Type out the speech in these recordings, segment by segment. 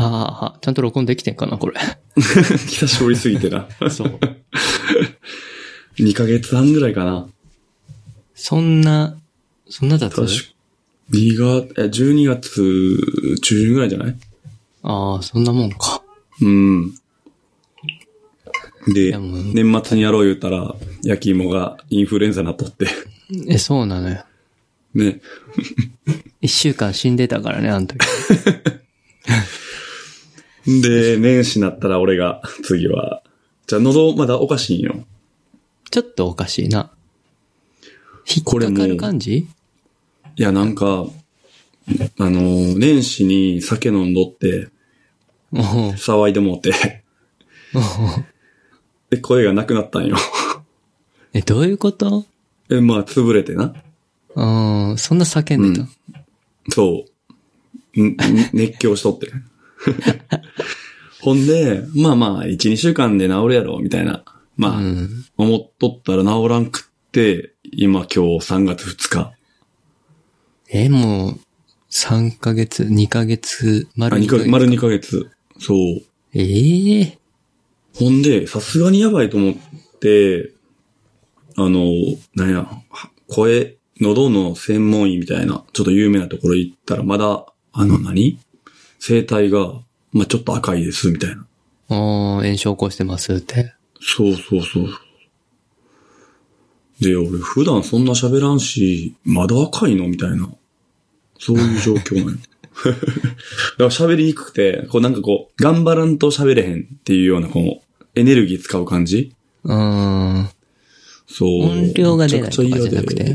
ああ、ちゃんと録音できてんかな、これ。 久しぶりすぎてな。 そう。 2ヶ月半ぐらいかな。そんな、そんなだと確か。2月、え、12月中旬ぐらいじゃないああ、そんなもんか。うん。でや、もう年末にやろう言ったら、焼き芋がインフルエンザになっとって。 え、そうなのよ。ね。一週間死んでたからね、あの時。 で、年始になったら俺が、次は、じゃあ喉まだおかしいんよ。ちょっとおかしいな。引これっもかかる感じいや、なんか、あのー、年始に酒飲んどって、おう騒いで もうて、おうで、声がなくなったんよ。 え、どういうことえ、まあ、潰れてな。うん、そんな叫んでた。そう。んん熱狂しとって。 ほんで、まあまあ、1、2週間で治るやろ、みたいな。まあ、うん。思っとったら治らんくって、今今日3月2日。え、もう、3ヶ月、2ヶ月、あ、丸2 2ヶヶ月、月。丸2ヶ月。そう。ええほんで、さすがにやばいと思って、あの、なんや、は声、喉の専門医みたいな、ちょっと有名なところ行ったら、まだ、あの何、声帯が、まあ、ちょっと赤いです、みたいな。おー炎症起こしてますって。そうそうそう。で、俺普段そんな喋らんし、まだ赤いのみたいな。そういう状況 なんよだから喋りにくくて、こうなんかこう、頑張らんと喋れへんっていうような、こう、エネルギー使う感じうーん。そう。音量が出ないとかじゃなくめちゃてくちゃ嫌で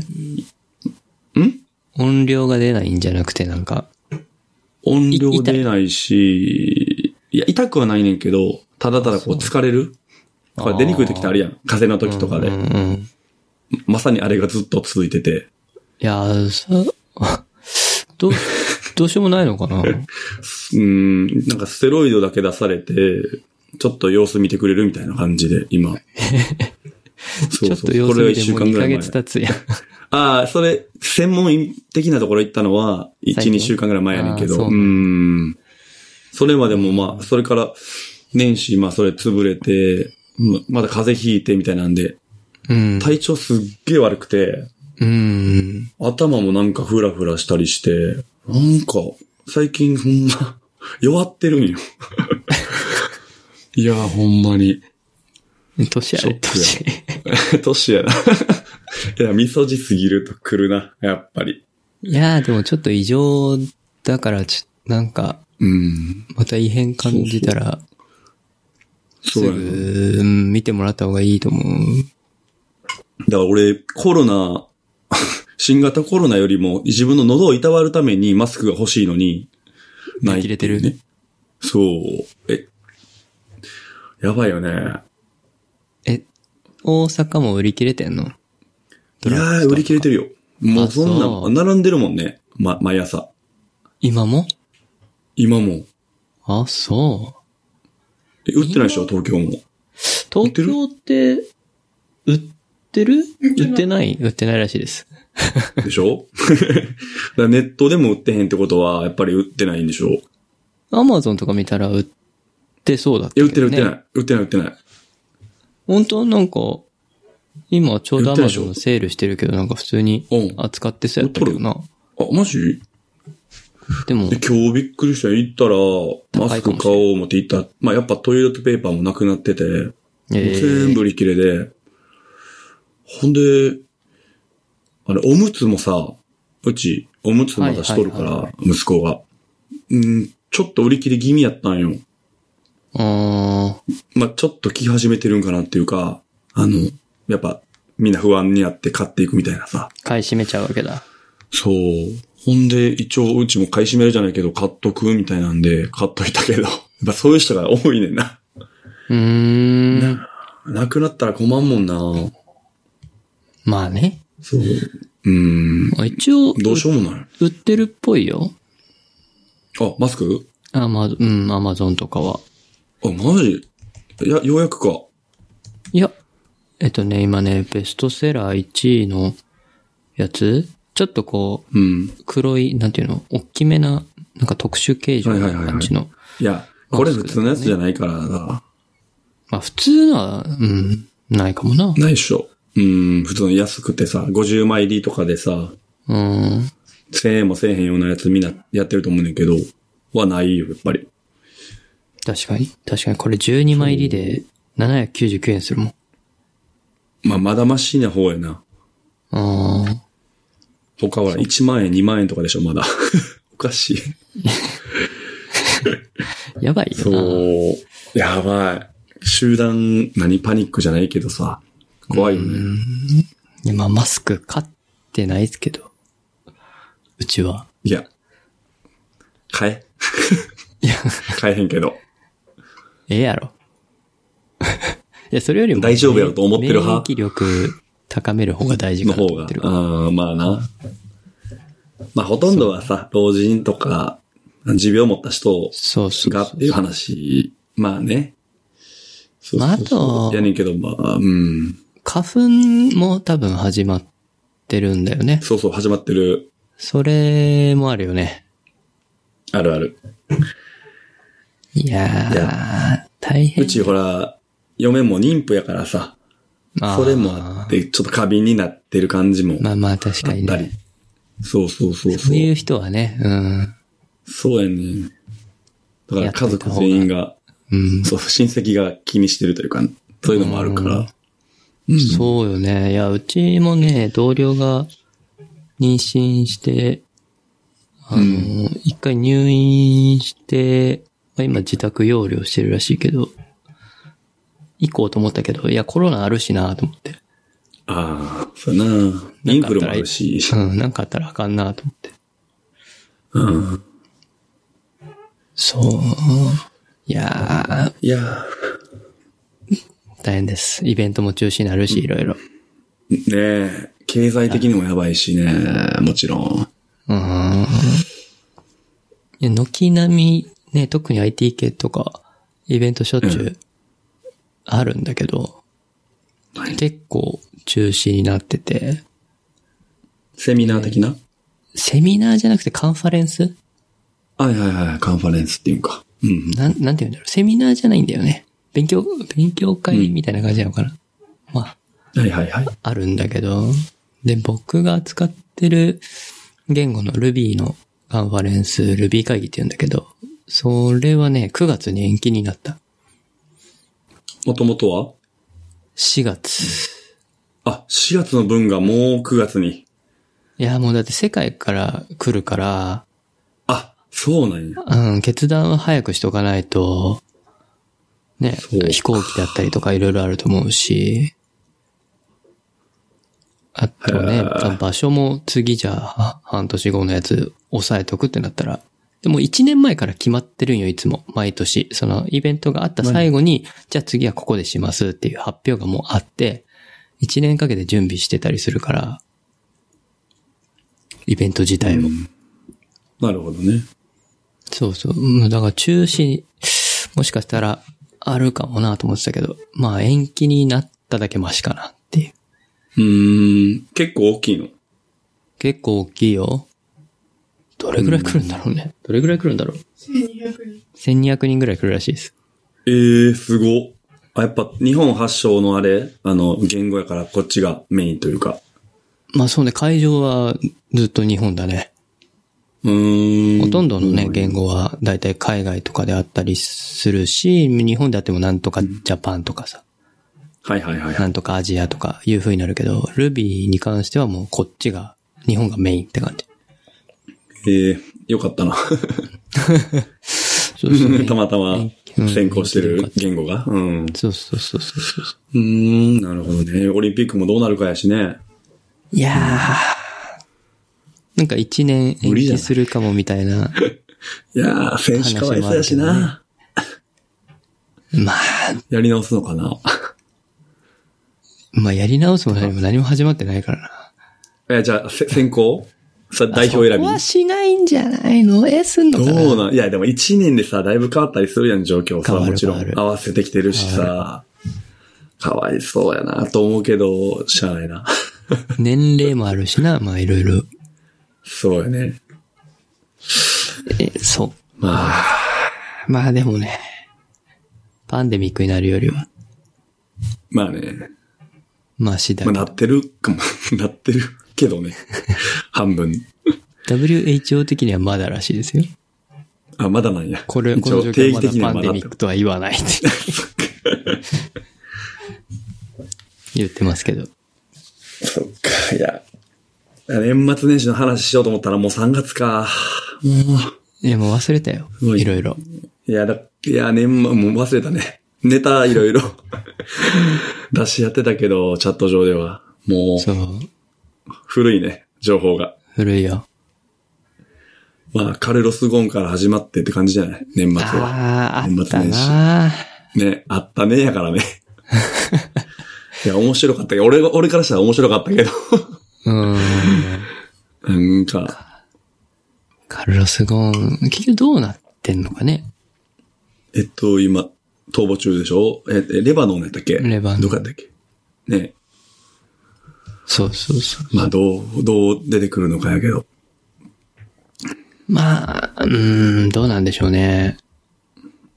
ん音量が出ないんじゃなくて、なんか。音い量痛い出ないし、いや、痛くはないねんけど、ただただこう疲れる。あー出にくい時ってあるやん。風邪の時とかで。うんうん。まさにあれがずっと続いてて。いやー、さ、 どう、どうしようもないのかなうん、なんかステロイドだけ出されて、ちょっと様子見てくれるみたいな感じで、 今。そちょうっそう。と様こ子れは見一て週も間う2ぐらヶい前。月経つやん。ああ、それ、専門医的なところ行ったのは、1、最近2週間ぐらい前やねんけあーど、そうううん。それまでもまあ、それから、年始、まあ、それ潰れて、ままだ風邪ひいてみたいなんで、うん。体調すっげえ悪くて、うん。頭もなんかフラフラしたりして、なんか、最近ほんま、 弱ってるんよ。 いや、ほんまに。年あれ、シ年。 年やな。 いや、味噌汁すぎると来るな、やっぱり。いやー、でもちょっと異常だから、ちょなんか、うん。また異変感じたら、すそうぐやな。、うん見てもらった方がいいと思う。だから俺、コロナ、 新型コロナよりも自分の喉をいたわるためにマスクが欲しいのに、ない、切れてる。そう。え、やばいよね。え、大阪も売り切れてんのいやー、売り切れてるよ。もあうそんそうな、並んでるもんね。ま、毎朝。今も今も。あ、そう。え売ってないでしょ、東京も。東京って、売ってる売ってない売ってないらしいです。でしょ だからネットでも売ってへんってことは、やっぱり売ってないんでしょいアマゾンとか見たら売ってそうだったけや、ど、売っね。てない、売ってない。売ってない、売ってない。本当なんか、今ちょうど売っアてなマいでしょゾンのセールしてるけど、なんか普通にうん扱ってそうやったけどな。あ、マジでもで、、今日びっくりした。行ったら、マ高いスかもクしれん買おう思って行った。まあ、やっぱトイレットペーパーもなくなってて、えー全部売り切れで。ほんで、あれ、おむつもさ、うち、おむつまだしとるかはいはいら、息子が。うん、ちょっと売り切れ気味やったんよ。あーまあ、ちょっと着始めてるんかなっていうか、あの、やっぱ、みんな不安になって買っていくみたいなさ。買い占めちゃうわけだ。そう。ほんで、一応、うちも買い占めるじゃないけど、買っとくみたいなんで、買っといたけど、やっ ぱそういう人が多いねんな。うーん。なくなったら困んもんなまあね。そう。うん。まあ一応、どうしようもない。売ってるっぽいよ。あ、マスクアマゾン、うん、アマゾンとかは。あ、マジいや、ようやくか。いや、えっとね、今ね、ベストセラー1位のやつちょっとこう、うん。黒い、なんていうの、大きめななんか特殊形状はいみはたいいはいはない感じの。いや、これ普通のやつじゃないからな。まあ普通のは、うん、ないかもな。ないっしょ。うん、普通の安くてさ、50枚入りとかでさ、うん。 1000円もせえへんようなやつみんなやってると思うねんだけど、はないよ、やっぱり。確かに。確かにこれ12枚入りで799円するもん。まあ、まだましな方やな。ああ。他は1万円、2万円とかでしょ、まだ。 おかしい。やばいよな。そう。やばい。集団、何パニックじゃないけどさ、怖いよね。いやまあマスク買ってないですけど。うちは。いや、買え。 買えへんけど。ええやろ。 いや、それよりも。大丈夫やろと思ってる派免疫力高める方が大事かのなと方思がってる。。ああ、まあな。まあ、ほとんどはさ、老人とか、持病を持った人そうそうがっていう話。まあね。そうそうまあそあう。とやねんけど、まあ、うん。花粉も多分始まってるんだよね。そうそう、始まってる。それもあるよね。あるある。いやー、い大変。うちほら、嫁も妊婦やからさ、あーそれもあって、ちょっと過敏になってる感じもまあまあ確あかっにたねり。。そうそうそうそそう。いうう人はね、うん。そうやね。だから家やっといた族方が全員が、うん。そう、親戚が気にしてるというか、そういうのもあるから。そうよね。いや、うちもね、同僚が妊娠して、あの、一回入院して、まあ、今自宅療養してるらしいけど、行こうと思ったけど、いや、コロナあるしなと思って。ああ、そうやな。インフルもあるし。うん、なんかあったらあかんなと思って。うん。そう。いやいやー、大変です。イベントも中止になるし、いろいろ。ー、ねえ、経済的にもやばいしね、もちろん。うん。いや、軒並み、ね、特に IT 系とか、イベントしょっちゅうあるんだけど、はい結構中止になってて、セミナー的な、セミナーじゃなくてカンファレンスはいはいはい、カンファレンスっていうか。うんうん。なん、なんて言うんだろう。セミナーじゃないんだよね。勉強、勉強会みたいな感じなのかな。まあ、はいはいはい。あるんだけど、で、僕が使ってる言語の Ruby のカンファレンス Ruby 会議って言うんだけど、それはね、9月に延期になった。もともとは4月。あ、4月の分がもう9月に。いや、もうだって世界から来るから、あ、そうなんや。うん、決断は早くしとかないと、ねそうか、飛行機だったりとかいろいろあると思うし、あとへね、ー多分場所も次じゃあ半年後のやつ押さえとくってなったら、でも1年前から決まってるんよ、いつも。毎年。そのイベントがあった最後に、じゃあ次はここでしますっていう発表がもうあって、1年かけて準備してたりするから、イベント自体を。なるほどね。そうそう。うんだから中止、もしかしたらあるかもなと思ってたけど、まあ延期になっただけマシかなっていう。うーん。結構大きいの。結構大きいよ。どれぐらい来るんだろうね。どれぐらい来るんだろう。1200人ぐらい来るらしいです。ええー、すご。あ、やっぱ日本発祥のあれあの、言語やからこっちがメインというか。まあそうね、会場はずっと日本だね。うーん。ほとんどのね、言語はだいたい海外とかであったりするし、日本であってもなんとかジャパンとかさ、はいはいはいは。ないんとかアジアとかいう風になるけど、Ruby に関してはもうこっちが、日本がメインって感じ。ええー、よかったな。そうそう たまたまうん先行してる言語が。うん。うそうそうそうそうそうそう。ーん、なるほどね。オリンピックもどうなるかやしね。いやー。なんか一年延無理じゃな期いするかもみたい な。いやー、選手かわいそうやし話もな。 まあ、やり直すのかな。まあやり直すも何も何も始まってないからな。え、じゃあ、せ 先行さ、代表選そびこ。はしないんじゃないのえ、すんのかなどうなんいや、でも一年でさ、だいぶ変わったりするやん、状況さ。変わるもちろ変わん。る合わせてきてるしさ。かわいそうやな、と思うけど、しゃあないな。 年齢もあるしな、まあいろいろ。そうやね。え、そう。まあ、まあでもね、パンデミックになるよりは、まあね。まあ次第まあ。なってるかも、 なってるけど ね。半分。 WHO 的にはまだらしいですよ。あ、まだなんや。これ、こ一の応状定況義は的にまだパはンまデだミってックとは言わないって 言ってますけど。そっか、いや。年末年始の話しようと思ったらもう3月か。もいや、もう忘れたよ。ごいいろいろ。う。いや、だ、いや、年末、もう忘れたね。ネタいろ いろ出し合ってたけど、チャット上では。も、そうう。古いね、情報が。古いよ。まあ、カルロス・ゴーンから始まってって感じじゃない年末は。ああー、あ年っ末た年始なね、あったねやか らね。いや、面白かったけど、俺が、俺からしたら面白かったけ ど。うーん。なんか、カルロス・ゴーン、結局どうなってんのかね。えっと、今、逃亡中でしょえ、えレバノンやったっけレバノンどこやったっけねそうそうそう。まあ、どう、どう出てくるのかやけど。まあ、うーん、どうなんでしょうね。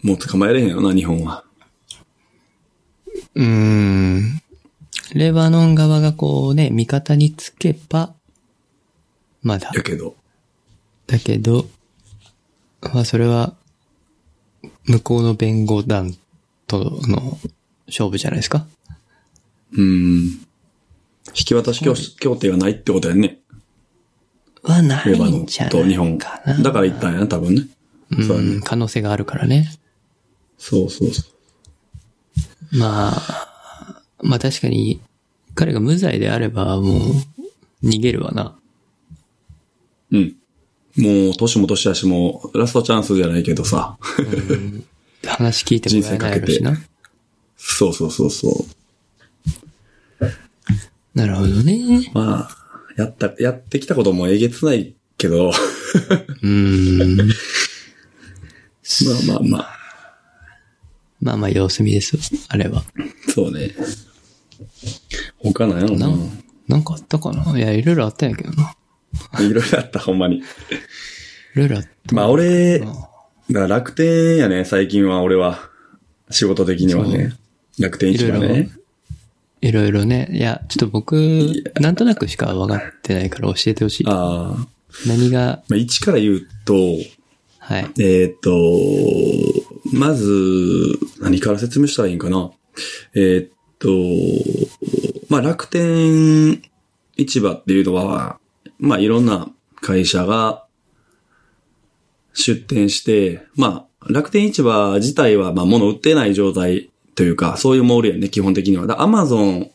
もう捕まえれへんよな、日本は。うーん。レバノン側がこうね、味方につけば、まだや。けど。だけど、まあそれは、向こうの弁護団との勝負じゃないですか。うん。引き渡し協協定がないってことやんね。はなレバいノンんじゃと日な本。いかな。だから行ったんやな、多分ね。そううやね。ん、可能性があるからね。そうそうそまあ、まあ確かに、彼が無罪であればもう、逃げるわな。う。うん。もう、年も年やし、もう、ラストチャンスじゃないけどさ。話聞いてもらえないやろしな。そうそうそうそう。なるほどね。まあ、やった、やってきたこともえげつないけど、うん。まあまあまあ、まあまあ様子見ですよあれは。そうね。他なんやろな。なんかあったかないや、いろいろあったんやけどな。いろいろあった、ほんまに。いろいろあった。まあ俺、だから楽天やね、最近は俺は。仕事的にはね。楽天市場いろいねろ。いろいろね。いや、ちょっと僕、なんとなくしか分かってないから教えてほしい。ああ。何が、まあ、一から言うと、はい。えっ、と、まず、何から説明したらいいんかな。えっ、と、まあ、楽天市場っていうのは、まあ、いろんな会社が出店して、まあ、楽天市場自体は、まあ、物売ってない状態というか、そういうモールやね、基本的には。だアマゾン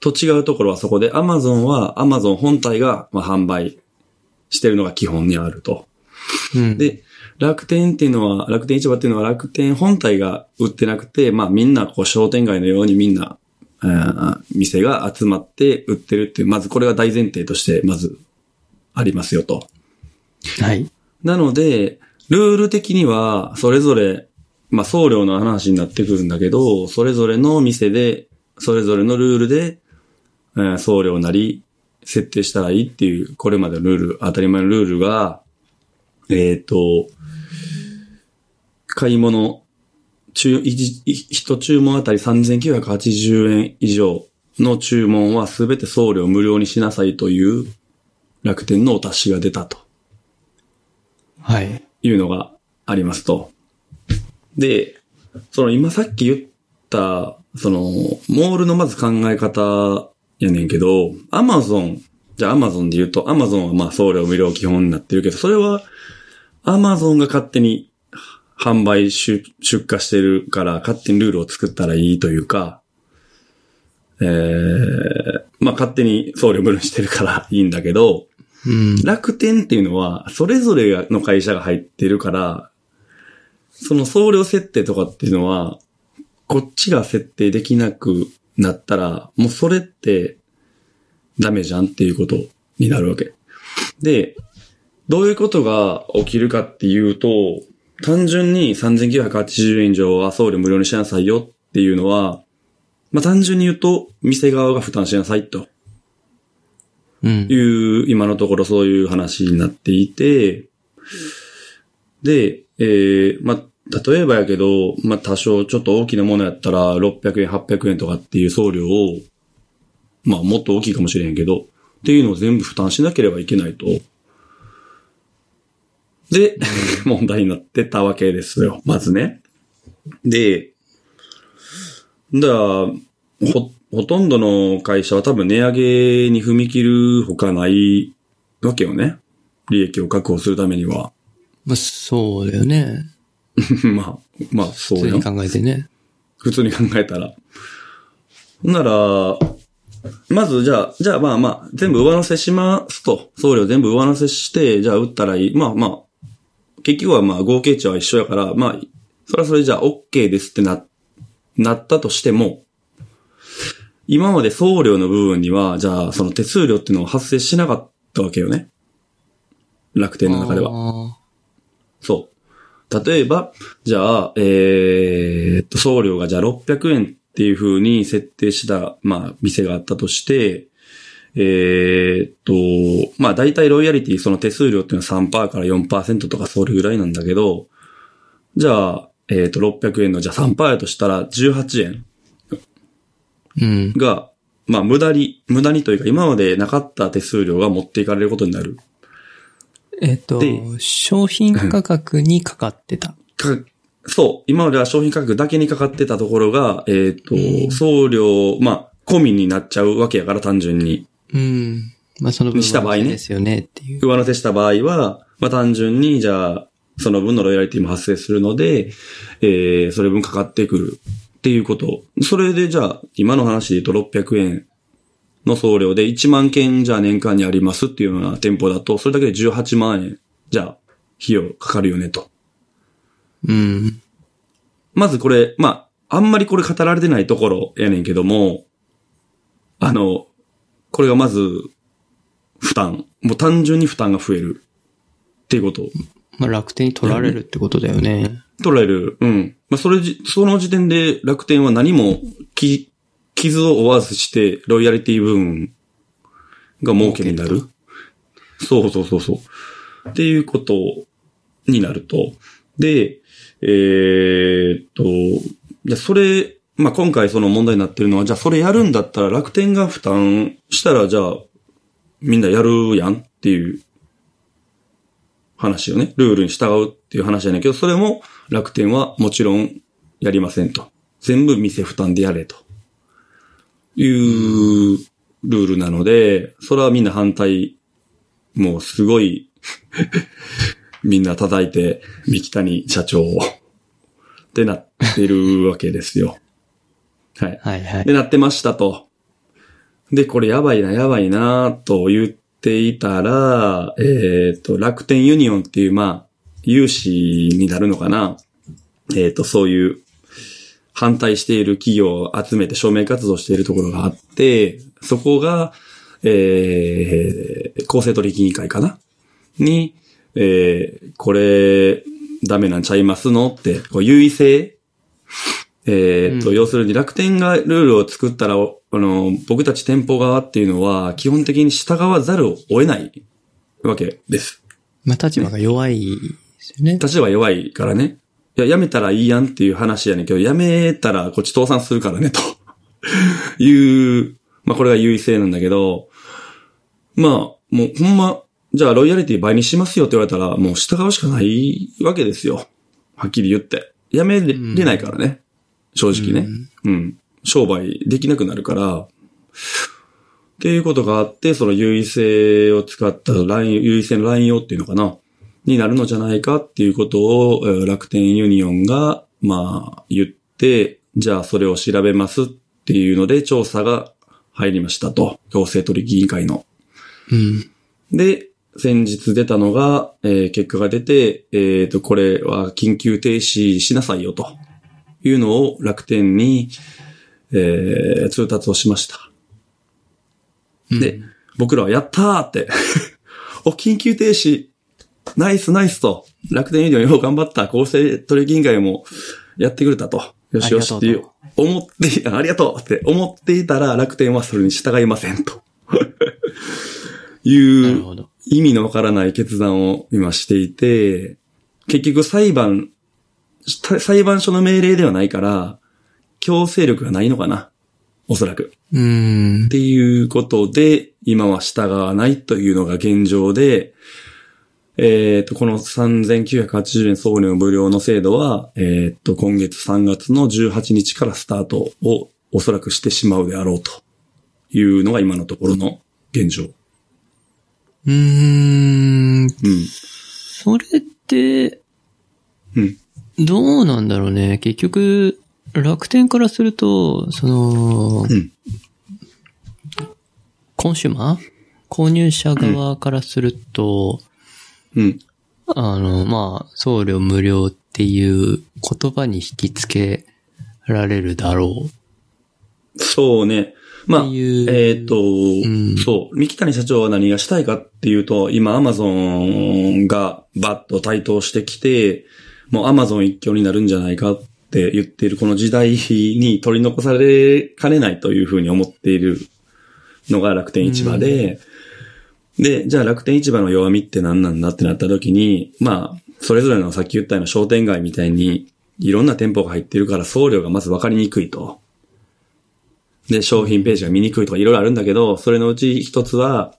と違うところはそこで、アマゾンは、アマゾン本体が、まあ、販売してるのが基本にあると。うん。で、楽天っていうのは、楽天市場っていうのは楽天本体が売ってなくて、まあみんなこう商店街のようにみんな、えー店が集まって売ってるっていう、まずこれが大前提として、まずありますよと。はい。なので、ルール的には、それぞれ、まあ、送料の話になってくるんだけど、それぞれの店で、それぞれのルールで、えー送料なり、設定したらいいっていう、これまでのルール、当たり前のルールが、えっ、と、買い物、中、一、一注文あたり3980円以上の注文はすべて送料無料にしなさいという楽天のお達しが出たと。はい。いうのがありますと。で、その今さっき言った、その、モールのまず考え方やねんけど、アマゾン、じゃあアマゾンで言うと、アマゾンはまあ送料無料基本になってるけど、それはアマゾンが勝手に販売出出荷してるから、勝手にルールを作ったらいいというか、えー、まあ勝手に送料無料にしてるからいいんだけど、うん。楽天っていうのは、それぞれの会社が入ってるから、その送料設定とかっていうのは、こっちが設定できなくなったら、もうそれってダメじゃんっていうことになるわけ。で、どういうことが起きるかっていうと、単純に3980円以上は送料無料にしなさいよっていうのは、まあ、単純に言うと、店側が負担しなさいと。うん。いう、今のところそういう話になっていて、で、えー、まあ、例えばやけど、まあ、多少ちょっと大きなものやったら、600円、800円とかっていう送料を、まあ、もっと大きいかもしれへんけど、っていうのを全部負担しなければいけないと。で、 問題になってたわけですよ。まずね。で、だから、ほ、ほとんどの会社は多分値上げに踏み切るほかないわけよね。利益を確保するためには。 まあ、そうだよね。まあ、まあ、そう普通よに。考えてね。普通に考えたら。ほんなら、まずじゃあ、じゃあまあまあ、全部上乗せしますと。送料全部上乗せして、じゃあ売ったらいい。まあまあ、結局はまあ合計値は一緒やから、まあ、それはそれじゃあ OK ですってな、なったとしても、今まで送料の部分には、じゃあその手数料っていうのは発生しなかったわけよね。楽天の中では。は。そう。例えば、じゃあ、えーっと、送料がじゃあ600円っていう風に設定した、まあ、店があったとして、えーっと、まあ、大体ロイヤリティ、その手数料っていうのは3%から4%とかそれぐらいなんだけど、じゃあ、えーっと、600円のじゃあ3%やとしたら18円うん。が、まあ、無駄に、無駄にというか、今までなかった手数料が持っていかれることになる。えっとで、商品価格にかかってた。かそう。今までは商品価格だけにかかってたところが、えっ、うんと、送料、まあ、込みになっちゃうわけやから、単純に。うん。まあ、その分した場合ねですよねっていう。上乗せした場合は、まあ、単純に、じゃあ、その分のロイヤリティも発生するので、えー、それ分かかってくるっていうこと。それで、じゃあ、今の話で言うと600円の送料で1万件、じゃあ年間にありますっていうような店舗だと、それだけで18万円、じゃあ、費用かかるよね、と。うん。まずこれ、まあ、あんまりこれ語られてないところやねんけども、あの、これがまず、負担。もう単純に負担が増える。っていうこと。まあ、楽天に取られるってことだよね。取られる。うん。まあ、それじ、その時点で楽天は何も、き、傷を負わずして、ロイヤリティ部分が儲けになる。そうそうそうそう。っていうことになると。で、えーっと、じゃあそれ、まあ、今回その問題になってるのは、じゃあそれやるんだったら楽天が負担したら、じゃあ、みんなやるやんっていう話よね。ルールに従うっていう話じゃないけど、それも楽天はもちろんやりませんと。全部店負担でやれと。いうルールなので、それはみんな反対、もうすごい、 みんな叩いて、三木谷社長を、ってなってるわけですよ。はい。はいはい。で、なってましたと。で、これやばいな、やばいな、と言っていたら、えっ、と、楽天ユニオンっていう、まあ、有志になるのかな。えっ、と、そういう、反対している企業を集めて署名活動しているところがあって、そこが、えー、公正取引委員会かなに、えー、これ、ダメなんちゃいますのって、こう、優位性えーっと、うん要するに楽天がルールを作ったら、おあの、僕たち店舗側っていうのは、基本的に従わざるを得ないわけです。まあ、立場が弱いですよね。立場弱いからね。いや、やめたらいいやんっていう話やねんけど、やめたらこっち倒産するからね、と。 いう、まあこれが優位性なんだけど、まあ、もうほんま、じゃあロイヤリティ倍にしますよって言われたら、もう従うしかないわけですよ。はっきり言って。やめれうんれないからね。正直ね。うん。商売できなくなるから、っていうことがあって、その優位性を使った乱用、優位性の乱用っていうのかなになるのじゃないかっていうことをえー楽天ユニオンが、まあ、言って、じゃあそれを調べますっていうので調査が入りましたと。行政取引委員会の。うん。で、先日出たのが、えー結果が出て、えっ、と、これは緊急停止しなさいよというのを楽天に、えー通達をしました。うんで、僕らはやったーって、 お、緊急停止、ナイスナイスと、楽天ユニオンよう頑張った、公正取引委員会もやってくれたと、よしよしっていありがう、思って、ありがとうって思っていたら楽天はそれに従いませんと。いなるうほど。意味のわからない決断を今していて、結局裁判、た裁判所の命令ではないから、強制力がないのかな。おそらく。うんっ。ていうことで、今は従わないというのが現状で、えっ、と、この3980円送料無料の制度は、えっ、と、今月3月の18日からスタートをおそらくしてしまうであろうというのが今のところの現状。うーん。うん。それって、うん。どうなんだろうね。結局、楽天からすると、その、うん。コンシューマー購入者側からすると、うん。あの、まあ、送料無料っていう言葉に引き付けられるだろそうね。まあ、っていうえっ、と、んそう、三木谷社長は何がしたいかっていうと、今アマゾンがバッと台頭してきて、もうアマゾン一強になるんじゃないかって言っているこの時代に取り残されかねないというふうに思っているのが楽天市場で、で、じゃあ楽天市場の弱みって何なんだってなった時に、まあ、それぞれのさっき言ったような商店街みたいに、いろんな店舗が入っているから送料がまず分かりにくいと。で、商品ページが見にくいとかいろいろあるんだけど、それのうち一つは、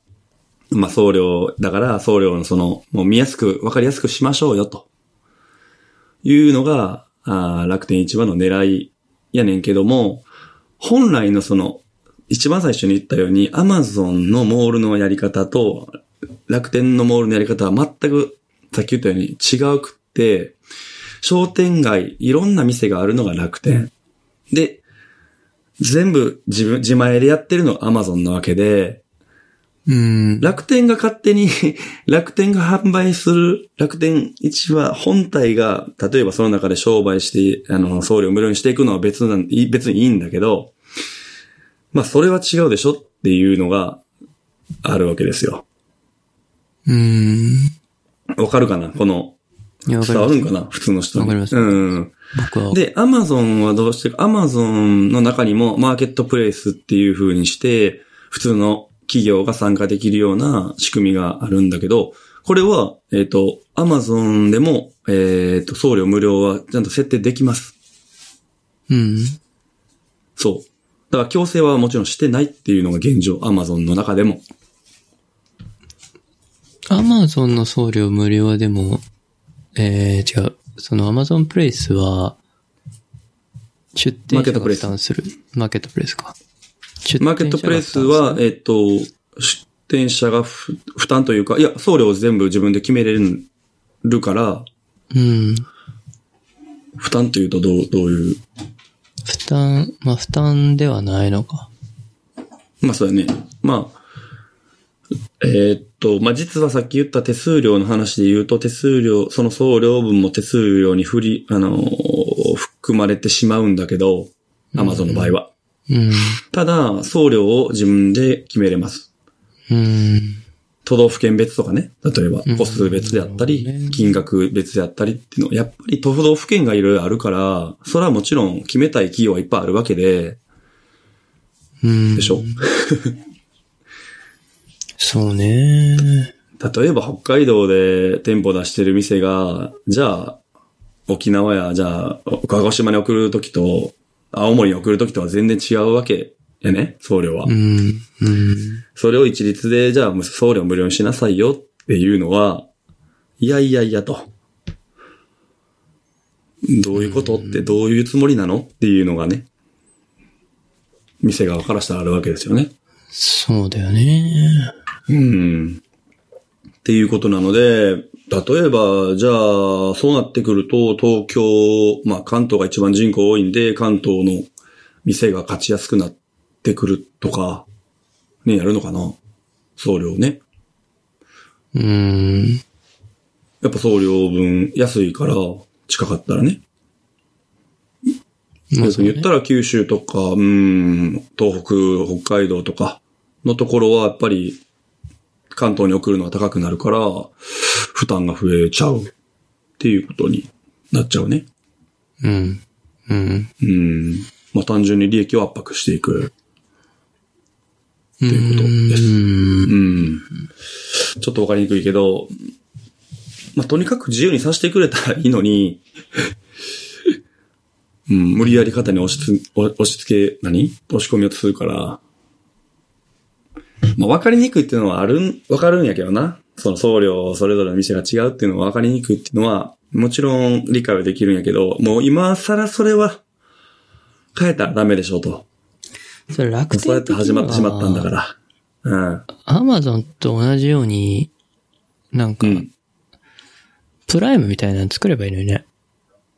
まあ送料、だから送料のその、もう見やすく、わかりやすくしましょうよ、というのが、あー楽天市場の狙いやねんけども、本来のその、一番最初に言ったように、Amazon のモールのやり方と、楽天のモールのやり方は全く、さっき言ったように違うくって、商店街、いろんな店があるのが楽天。で、全部自分、自前でやってるのが Amazon なわけで、う。うん。楽天が勝手に、 楽天が販売する、楽天市場本体が、例えばその中で商売して、あの、送料無料にしていくのは別なん、い別にいいんだけど、まあ、それは違うでしょっていうのがあるわけですよ。うん。わかるかなこの、いや、わか伝ります。わるんかな普通の人に。わかりますうん。僕は。で、アマゾンはどうしてるか、アマゾンの中にもマーケットプレイスっていう風にして、普通の企業が参加できるような仕組みがあるんだけど、これは、えっ、と、アマゾンでも、えっ、と、送料無料はちゃんと設定できます。うん。そう。だから強制はもちろんしてないっていうのが現状、アマゾンの中でも。アマゾンの送料無料はでも、えー、違う。そのアマゾンプレイスは、出店者が負担する。マーケットプレイスか。出店者が負担するマーケットプレイスは、、えっ、と、出店者がふ負担というか、いや、送料を全部自分で決めれるから、うん。負担というとどう、どういう負担、まあ負担ではないのか。まあそうだね。まあ、えーっと、まあ実はさっき言った手数料の話で言うと、手数料、その送料分も手数料に振り、あのー含まれてしまうんだけど、アマゾンの場合は。うん。ただ、送料を自分で決めれます。うん。都道府県別とかね、例えばうん個数別であったり、なるほどね金額別であったりっていうのは、やっぱり都道府県がいろいろあるから、それはもちろん決めたい企業はいっぱいあるわけで、うん。でしょ、そうね。例えば北海道で店舗出してる店が、じゃあ、沖縄や、じゃあ、鹿児島に送るときと、青森に送るときとは全然違うわけやね、送料は。うん。うん。それを一律で、じゃあ、送料無料にしなさいよっていうのは、いやいやいやと。どういうことって、どういうつもりなのっていうのがね、店側からしたらあるわけですよね。そうだよね。うん。っていうことなので、例えば、じゃあ、そうなってくると、東京、まあ関東が一番人口多いんで、関東の店が勝ちやすくなってくるとか、ね、やるのかな送料ね。うん。やっぱ送料分安いから、近かったらね。まあ別に言ったら九州とか、うん、東北、北海道とかのところはやっぱり関東に送るのは高くなるから、負担が増えちゃうっていうことになっちゃうね。うん。うん。うん。まあ単純に利益を圧迫していく。っていうことですうん。うん。ちょっとわかりにくいけど、まあ、とにかく自由にさせてくれたらいいのに、うん、無理やり肩に押しつ、お押し付け、何押し込みをするから、まあ、わかりにくいっていうのはあるん、わかるんやけどな。その送料、それぞれの店が違うっていうのはわかりにくいっていうのは、もちろん理解はできるんやけど、もう今更それは、変えたらダメでしょうと。それ楽天。そうやって始まってしまったんだからら。うん。アマゾンと同じように、なんうか、ん。プライムみたいなの作ればいいのにね。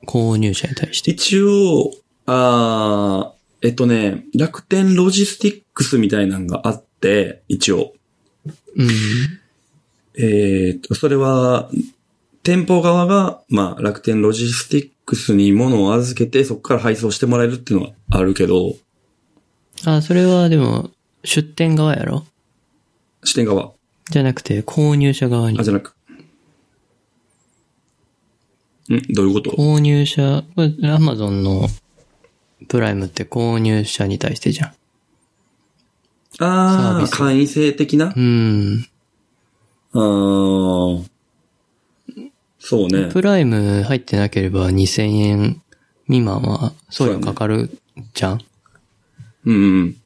購入者に対して。一応、あーえっとね、楽天ロジスティックスみたいなのがあって、一応。うん。えーっと、それは、店舗側が、まあ、楽天ロジスティックスに物を預けて、そこから配送してもらえるっていうのはあるけど、あ、それはでも、出店側やろ支店側。じゃなくて、購入者側にあ、。じゃなく。んどういうこと購入者、これ、アマゾンのプライムって購入者に対してじゃん。サーあビあ、ス会員制的な、うん。あーそうね。プライム入ってなければ2000円未満は送料かかるじゃん。うんうん。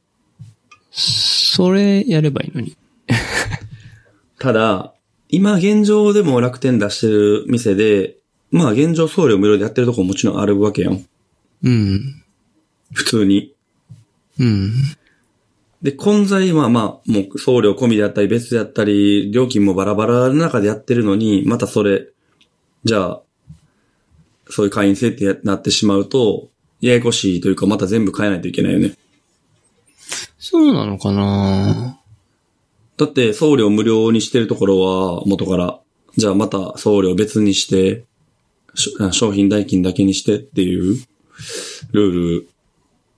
それやればいいのに。ただ、今現状でも楽天出してる店で、まあ現状送料無料でやってるとこももちろんあるわけやん。うん。普通に。うん。で、混在はまあ、もう送料込みであったり、別であったり、料金もバラバラの中でやってるのに、またそれ、じゃあ、そういう会員制ってやなってしまうと、ややこしいというか、また全部変えないといけないよね。そうなのかなだって、送料無料にしてるところは、元から、じゃあまた送料別にして、しょ商品代金だけにしてっていう、ルール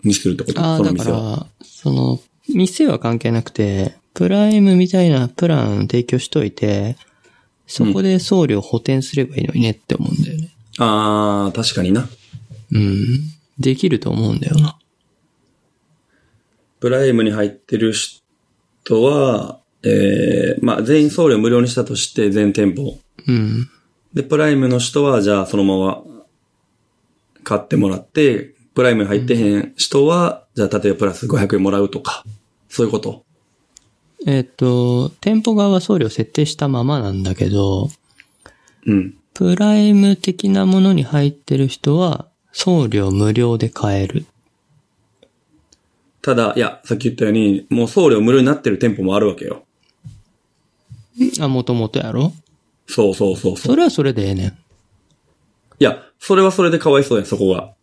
にするってことあそあ、のだ店かは。ら、その、店は関係なくて、プライムみたいなプラン提供しといて、そこで送料補填すればいいのにねって思うんだよね。ああ、確かにな。うん。できると思うんだよな。プライムに入ってる人は、ええまあ、全員送料無料にしたとして、全店舗。うん。で、プライムの人は、じゃあ、そのまま、買ってもらって、プライムに入ってへん人は、じゃあ、例えばプラス500円もらうとか、そういうこと。えっ、と、店舗側は送料設定したままなんだけど、うん。プライム的なものに入ってる人は、送料無料で買える。ただ、いや、さっき言ったように、もう送料無料になってる店舗もあるわけよ。あ、もともとやろそうそうそうそう。それはそれでええねん。いや、それはそれでかわいそうやん、そこが。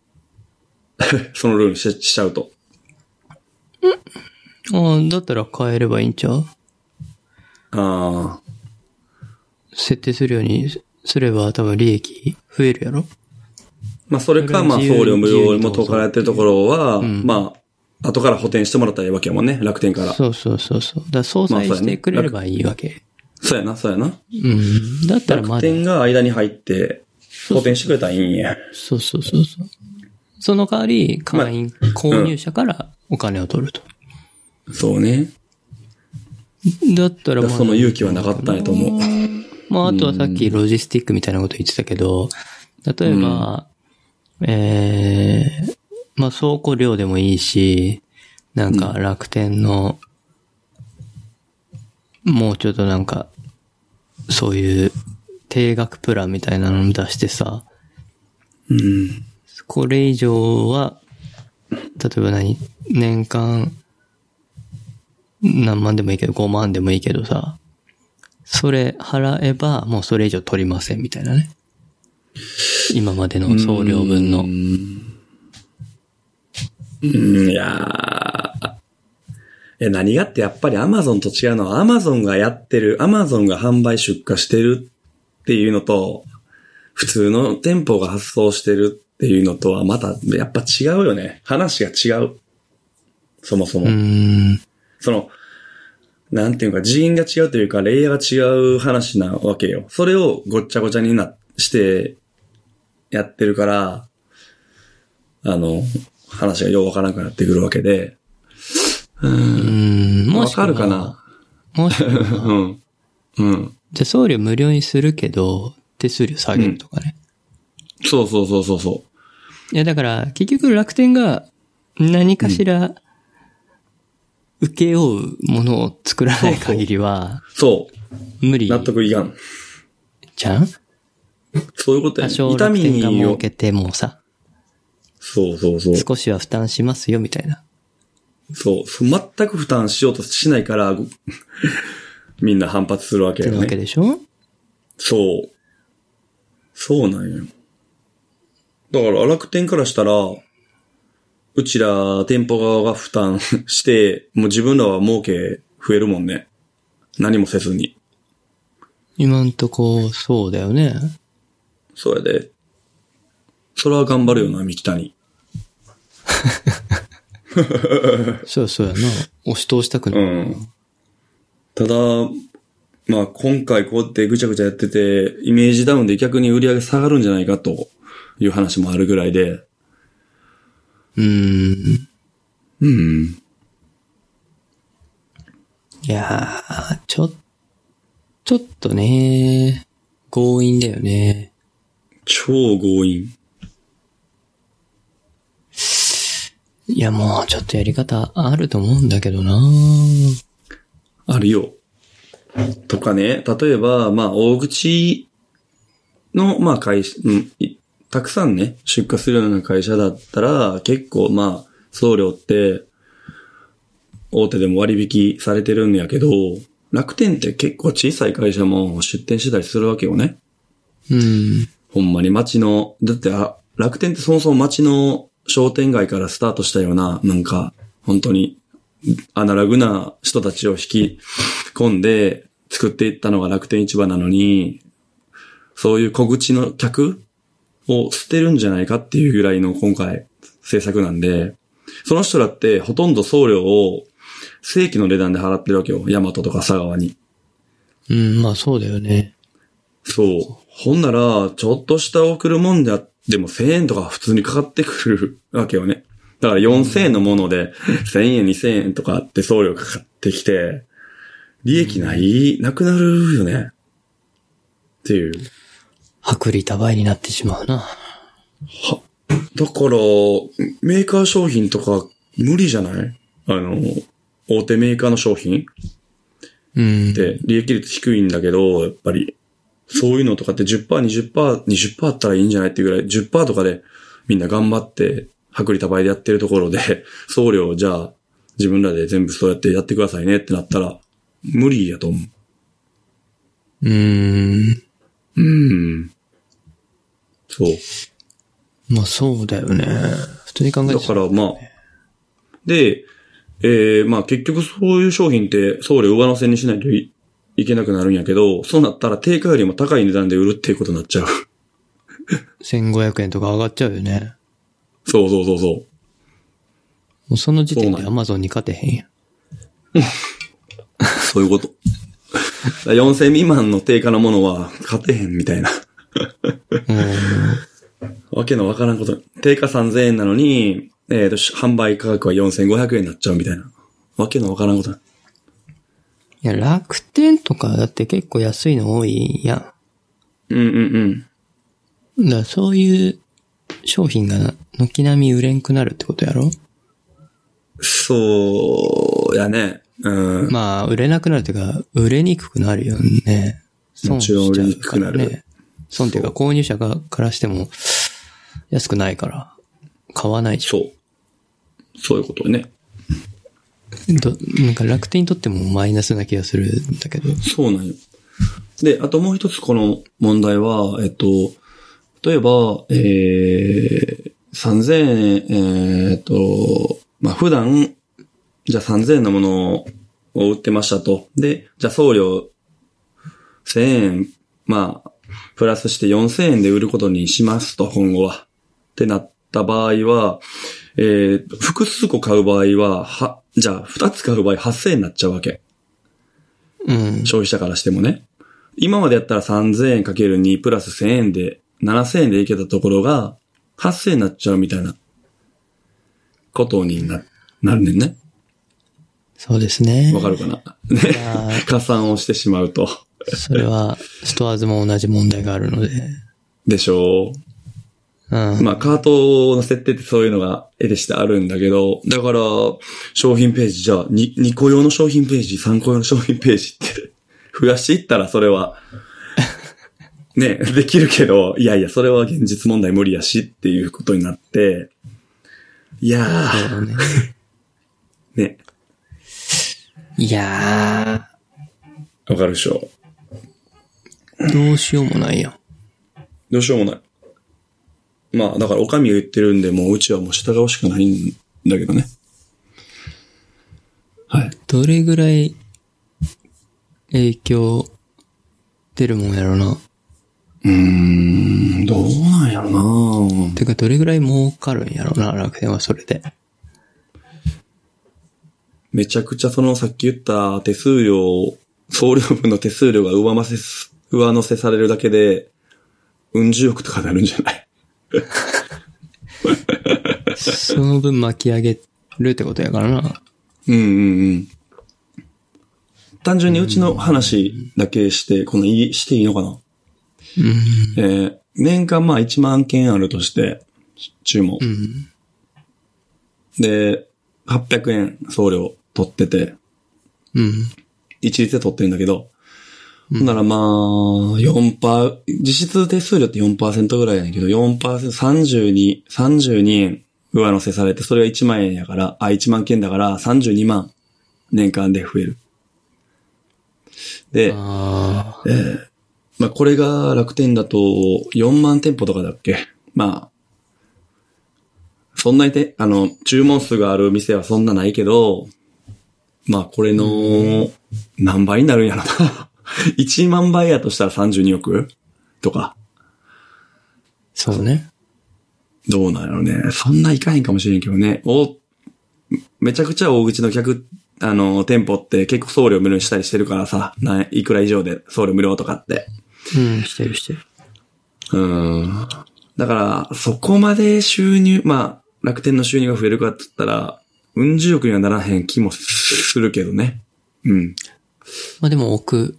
そのルールにししちゃうと。ああ、だったら買えればいいんちゃうああ、設定するようにすれば多分利益増えるやろまあ、それか、まあ、自由に送料無料元からやってるところは、んまあ、後から補填してもらったらいいわけやもんね、楽天から。そうそうそうそうそう。だから相殺してくれればいいわけ。やな、そうやな。うん。だったらまだ。楽天が間に入って、補填してくれたらいいんや。そうそうそうそう。その代わり、会員、購入者からお金を取ると。そうね。だったらだかまらあ、その勇気はなかったんやと思う。まあ、あとはさっきロジスティックみたいなこと言ってたけど、例えば、ええまあ倉庫量でもいいし、なんか楽天の、もうちょっとなんか、そういう定額プランみたいなの出してさ、うん。これ以上は、例えば何年間、何万でもいいけど、5万でもいいけどさ、それ払えば、もうそれ以上取りませんみたいなね。今までの送料分のう。ん。うんいやーえ、何がってやっぱりアマゾンと違うのは、アマゾンがやってる、アマゾンが販売出荷してるっていうのと、普通の店舗が発送してるっていうのとは、またやっぱ違うよね。話が違う。そもそうも。ーん。その、なんていうか、人員が違うというか、レイヤーが違う話なわけよ。それをごっちゃごちゃにな、して、やってるから、あの、話がようわからなくなってくるわけで。うーん。もわしくはかるかなもしくは、うん。うん。じゃあ送料無料にするけど、手数料下げるとかね。そうそうそうそうそいや、だから、結局楽天が何かしら、受け負うものを作らない限りは、う。そ無理う。納得いかん。じゃんそういうことや多ね。少痛楽み天がに儲よ。けてもさ、そうそうそう。少しは負担しますよ、みたいな。そう。そう全く負担しようとしないから、 ごみんな反発するわけってよなわけね。でしょそう。そうなんよ。だから楽天からしたら、うちら店舗側が負担して、もう自分らは儲け増えるもんね。何もせずに。今んとこ、そうだよね。そうやで。それは頑張るよな、三木谷。そうそうやな。押し通したくうない。ん。ただ、まあ今回こうやってぐちゃぐちゃやってて、イメージダウンで逆に売り上げ下がるんじゃないかという話もあるぐらいで。うーん。うん。いやー、ちょ、ちょっとね、強引だよね。超強引。いや、もうちょっとやり方あると思うんだけどなあるよ。とかね、例えば、まあ大口の、まあ会社、うん、いたくさんね、出荷するような会社だったら、結構まあ、送料って、大手でも割引されてるんやけど、楽天って結構小さい会社も出店してたりするわけよね。うん。ほんまに街の、だってあ、楽天ってそもそも街の商店街からスタートしたような、なんか、本当に、アナログな人たちを引き込んで作っていったのが楽天市場なのに、そういう小口の客を捨てるんじゃないかっていうぐらいの今回政策なんで、その人らってほとんど送料を正規の値段で払ってるわけよ。ヤマトとか佐川に。うん、まあそうだよね。そう。ほんなら、ちょっとした送るもんであっても1000円とか普通にかかってくる わけよね。だから4000円のもので、1000円、2000円とかって送料かかってきて、利益ない、なくなるよね。っていう。薄利多売になってしまうな。だから、メーカー商品とか無理じゃないあの、大手メーカーの商品うん。で、利益率低いんだけど、やっぱり、そういうのとかって10%、20%、20%あったらいいんじゃないっていうぐらい、10%とかでみんな頑張って、薄利多売でやってるところで、送料をじゃあ、自分らで全部そうやってやってくださいねってなったら、無理やと思うん。う。うん。そう。まあそうだよね。普通に考えだてた。かららまあ、で、えー、まあ結局そういう商品って送料上乗せにしないといいけなくなるんやけど、そうなったら定価よりも高い値段で売るっていうことになっちゃう。 1500円とか上がっちゃうよね。そうそうそうそう。もうその時点そうでな Amazon に勝てへんやん。そういうこと。4000未満の定価のものは勝てへんみたいな。わけのわからんこと。定価3000円なのに、えっ、と、し販売価格は4500円になっちゃうみたいな。わけのわからんこと。いや、楽天とかだって結構安いの多いやん。うんうんうん。だからそういう商品が軒並み売れんくなるってことやろそう、やね。うん。まあ、売れなくなるっていうか、売れにくくなるよね。損しちゃうからもちろん売れにくくなるね。損っていうか、購入者がからしても、安くないから、買わないでしょ。そう。そういうことね。どなんか楽天にとってもマイナスな気がするんだけど。そうなんよ。で、あともう一つこの問題は、えっと、例えば、えー、3000円、えーっと、まあ、普段、じゃあ3000円のものを売ってましたと。で、じゃあ送料1000円、まあ、プラスして4000円で売ることにしますと、今後は。ってなった場合は、えー、複数個買う場合は、は、じゃあ2つ買う場合8000円になっちゃうわけ。うん。消費者からしてもね。今までやったら3000円かける2プラス1000円で、7000円でいけたところが、8000円になっちゃうみたいな、ことにな、なるねんね。そうですね。わかるかなねや。 加算をしてしまうと。それは、ストアーズも同じ問題があるので。でしょう。うん。 まあ、カートの設定ってそういうのが絵でしてあるんだけど、だから、商品ページ、じゃあ、に 2, 個用の商品ページ、3個用の商品ページって、 増やしていったらそれ は、ね、できるけど、いやいや、それは現実問題無理やしっていうことになって、いやそうー、だね。ね、いやわかるでしょ。ー、どうしようもないやん。どうしようもない。まあ、だから、おかみが言ってるんで、もううちはもう従うしかないんだけどね。はい。どれぐらい、影響、出るもんやろな。うーん、どうなんやろなてか、どれぐらい儲かるんやろな、楽天はそれで。めちゃくちゃそのさっき言った手数料、送料分の手数料が上乗せす、上乗せされるだけで、うん十億とかなるんじゃないその分巻き上げるってことやからな。うんうんうん。単純にうちの話だけして、このいい、していいのかなうん。えー年間まあ1万件あるとして、注文。うん。で、800円送料取ってて、うん。一律で取ってるんだけど、ほんならまあ、4%パー、実質手数料って4%ぐらいやねんけど、4%、32、32円上乗せされて、それが1万円やから、あ、1万件だから32万年間で増える。で、ああ。まあこれが楽天だと4万店舗とかだっけまあ、そんなにて、あの、注文数がある店はそんなないけど、まあこれの何倍になるんやろな。1万倍やとしたら32億とか、そうね。どうなんやろね。そんないかへんかもしれんけどね。お、めちゃくちゃ大口の客、あの、店舗って結構送料無料にしたりしてるからさ、ないいくら以上で送料無料とかって。うん、してるしてる。うん。だから、そこまで収入、まあ、楽天の収入が増えるかって言ったら、うん十億にはならへん気もするけどね。うん。まあでも奥、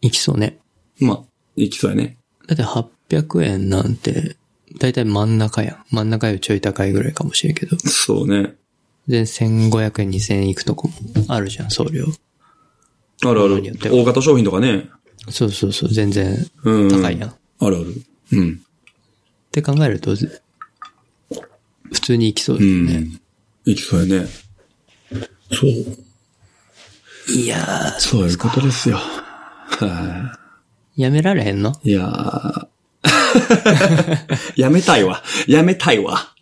いきそうね。まあ、いきそうやね。だって800円なんて、だいたい真ん中やん。真ん中よりちょい高いぐらいかもしれんけど。そうね。全然1500円、2000円いくとこもあるじゃん、送料。あるあものにるよって。は大型商品とかね。そうそうそう、全然うん。高いやん。っあるある。うん。て考えると、ぜ普通にいきそううだよね。ん。いきそうやね。そう。いやー、そういうことですよ。はやめられへんのい。いやー。 やめたいわ。やめたいわ。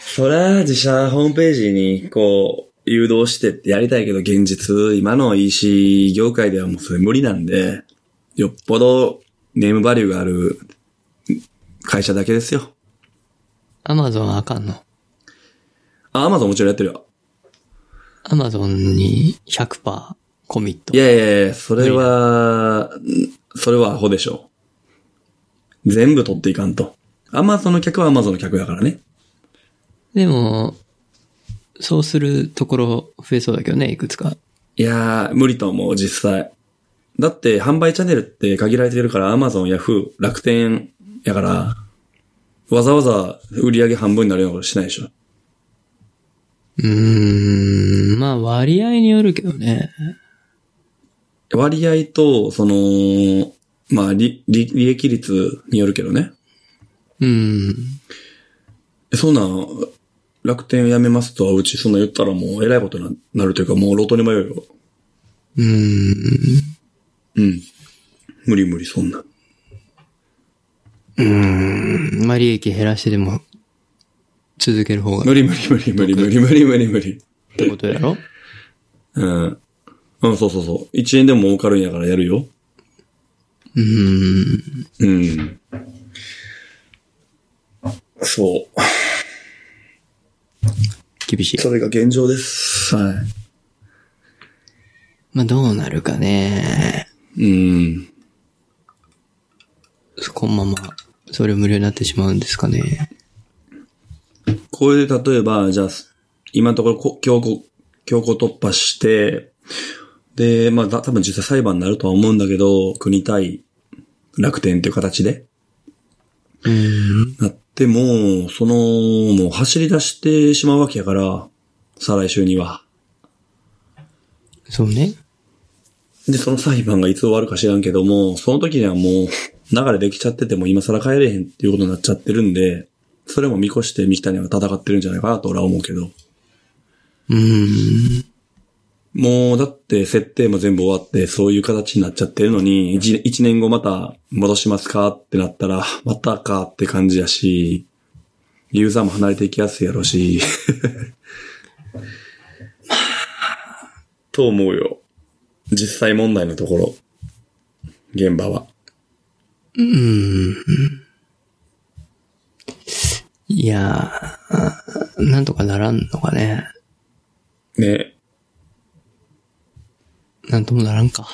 そりゃ、自社ホームページに、こう、誘導してってやりたいけど、現実、今の EC 業界ではもうそれ無理なんで、よっぽどネームバリューがある会社だけですよ。アマゾンあかんのあ、アマゾンもちろんやってるよ。アマゾンに100%コミットい。やいやいや、それは、それはアホでしょう。全部取っていかんと。アマゾンの客はアマゾンの客だからね。でも、そうするところ増えそうだけどね、いくつか。いやー、無理と思う、実際。だって、販売チャンネルって限られてるから、アマゾン、ヤフー、楽天やから、わざわざ売り上げ半分になるようなことしないでしょ。うーん、まあ割合によるけどね。割合と、その、まあ、利、利利益率によるけどね。うん。えそんなん、楽天を辞めますとは、うちそんなん言ったらもう偉いことになるというか、もう路頭に迷うよ。うーん。うん。無理無理、そんな。うーん。まあ利益減らしてでも、続ける方がっ無理無理無理無理無理無理無理無理。てことやろうん。うん、そうそうそう。1円でも儲かるんやからやるよ。うーん。うん。そう。厳しい。それが現状です。はまあどうなるかね。い。うん。このまま、それ無料になってしまうんですかね。これで例えば、じゃあ、今のところこ強行、強行突破して、で、まあ、た多分実際裁判になるとは思うんだけど、国対楽天という形でうん。なっても、その、もう走り出してしまうわけやから、再来週には。そうね。で、その裁判がいつ終わるか知らんけども、その時にはもう、流れできちゃってても今更帰れへんっていうことになっちゃってるんで、それも見越して三木谷は戦ってるんじゃないかなと俺は思うけど。うん。もうだって設定も全部終わってそういう形になっちゃってるのに、一一年後また戻しますかってなったら、またかって感じやし、ユーザーも離れていきやすいやろ し。と思うよ。実際問題のところ。現場は。いやー、なんとかならんのかね。ね。なんともならんか。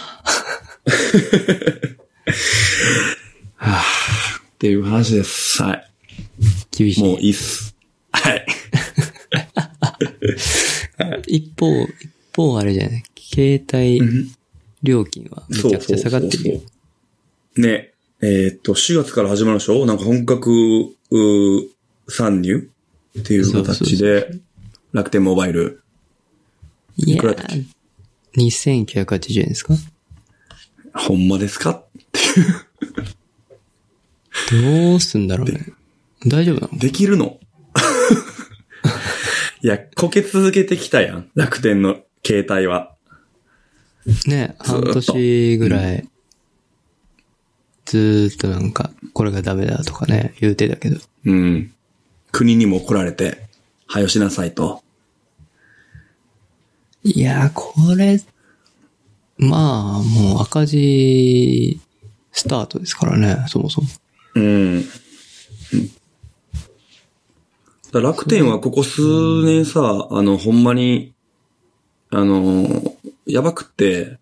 っていう話です。はい。厳しい。もういいっす。はい。一方、一方あれじゃない携帯料金はめちゃくちゃ下がってるよ。そう。ね。えーっと、4月から始まるでしょなんか本格、うー参入っていう形で、楽天モバイル。いやくらだっけー、2980円ですかほんまですかどうすんだろうね。大丈夫なのできるの いや、こけ続けてきたやん。楽天の携帯は。ね、ーっ半と年ぐらい、ずーっとなんか、これがダメだとかね、言うてたけど。うん。国にも怒られて、はよしなさいと。いやー、これ、まあ、もう赤字スタートですからね、そもそも。うん。だから楽天はここ数年さ、あの、ほんまに、あの、やばくって、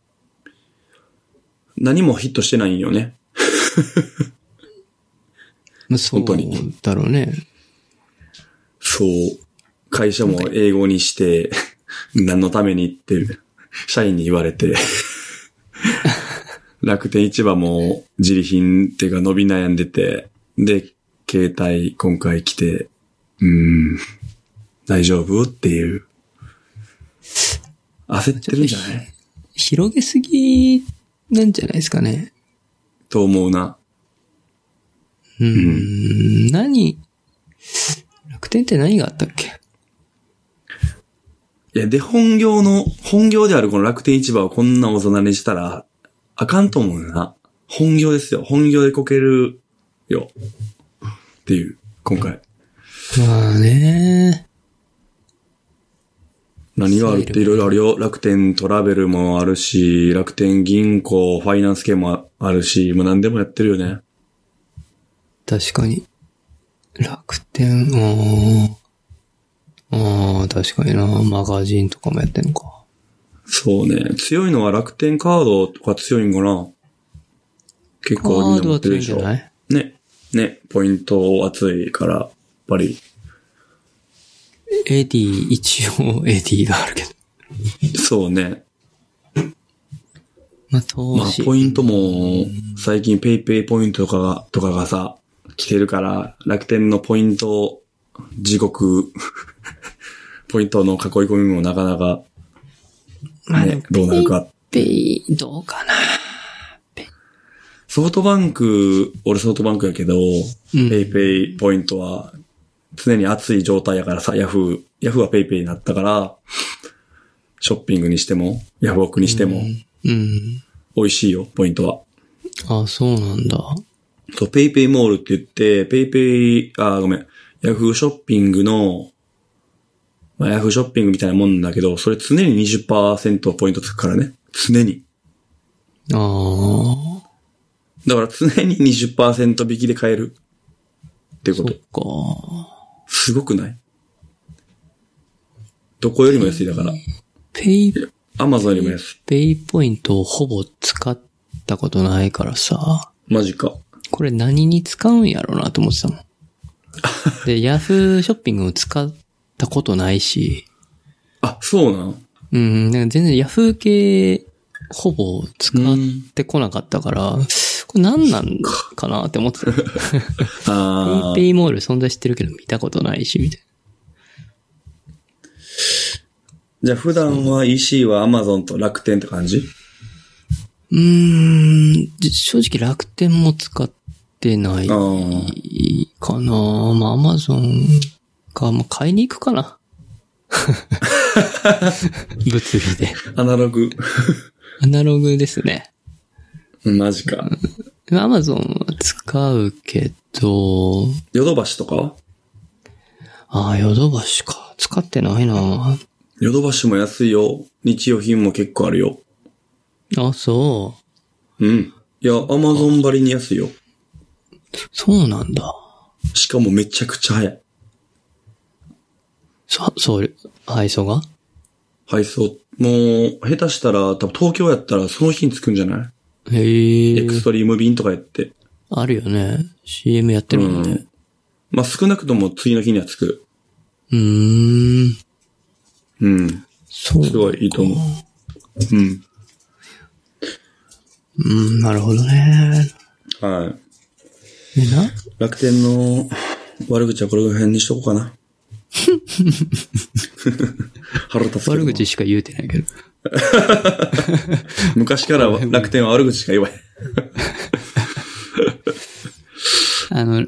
何もヒットしてないんよね。まあ、そう本当にだろうね。そう。会社も英語にして、何のためにって、社員に言われて。楽天市場も自利品っていうか伸び悩んでて、で、携帯今回来て、うーん、大丈夫っていう。焦ってるんじゃない広げすぎなんじゃないですかね。と思うな。うーん、ん、何、楽天って何があったっけいや、で、本業の、本業であるこの楽天市場をこんな大人にしたら、あかんと思うよな。本業ですよ。本業でこけるよ。っていう、今回。まあね。何があるっていろいろあるよ。楽天トラベルもあるし、楽天銀行、ファイナンス系もあるし、もう何でもやってるよね。確かに。楽天、ああ。ああ、確かにな。マガジンとかもやってんのか。そうね。強いのは楽天カードとか強いんかな。結カ構みーんなド持っはて強るいんでしじゃょ。ないね。ね。ポイント熱いから、やっぱり。エディ、一応 エディがあるけど。そうね。まあ、投まあ資。、ポイントも、最近ペイペイポイントとかが、とかがさ、来てるから、楽天のポイント、地獄、 ポイントの囲い込みもなかなか、まあでねも、どうなるか。ペイ、どうかな。ソフトバンク、俺ソフトバンクやけど、んペイペイポイントは、常に熱い状態やからさ、ヤフー、ヤフーはペイペイになったから、ショッピングにしても、ヤフオクにしても、うん。美味しいよ、ポイントは。あ、そうなんだ。そう、ペイペイモールって言って、ペイペイ、あー、ごめん、ヤフーショッピングの、まあ、ヤフーショッピングみたいなもんだけど、それ常に20%ポイントつくからね。常に。ああ、だから常に20%引きで買える。っていうこと。そすごくないどこよりも安いだから。っか。ペイ、アマゾンよりも安い。ペイポイントをほぼ使ったことないからさ、マジか。これ何に使うんやろうなと思ってたもん。で、ヤフーショッピングも使ったことないし、あ、そうなんうん、なんか全然ヤフー系ほぼ使ってこなかったから、これ何なんかなって思ってた。ああ。 PayPay モール存在してるけど見たことないし、みたいじゃあ普段は EC は Amazon と楽天って感じな。うーん、じ正直楽天も使ってないああ。かな。まあ、アマゾンか、まあ、買いに行くかな。 物理で。アナログ。アナログですね。マジか。アマゾンは使うけど、ヨドバシとかはああ、ヨドバシか。使ってないな。ヨドバシも安いよ。日用品も結構あるよ。あ、そうん。いや、アマゾン張りに安いよ。う。そうなんだ。しかもめちゃくちゃ早い。そ、そう、配送が配送。もう、下手したら、多分東京やったらその日に着くんじゃない、へえエク。ストリーム便とかやって。あるよね。CM やってうるもんね。ん。まあ、少なくとも次の日には着く。うーん。うん。そう。すごいいいと思う。うん。うん、なるほどね。はい。え、な、楽天の悪口はこれぐらいにしとこうか な。腹立つけど悪口しか言うてないけど。昔からは楽天は 悪口しか言わへん。あの、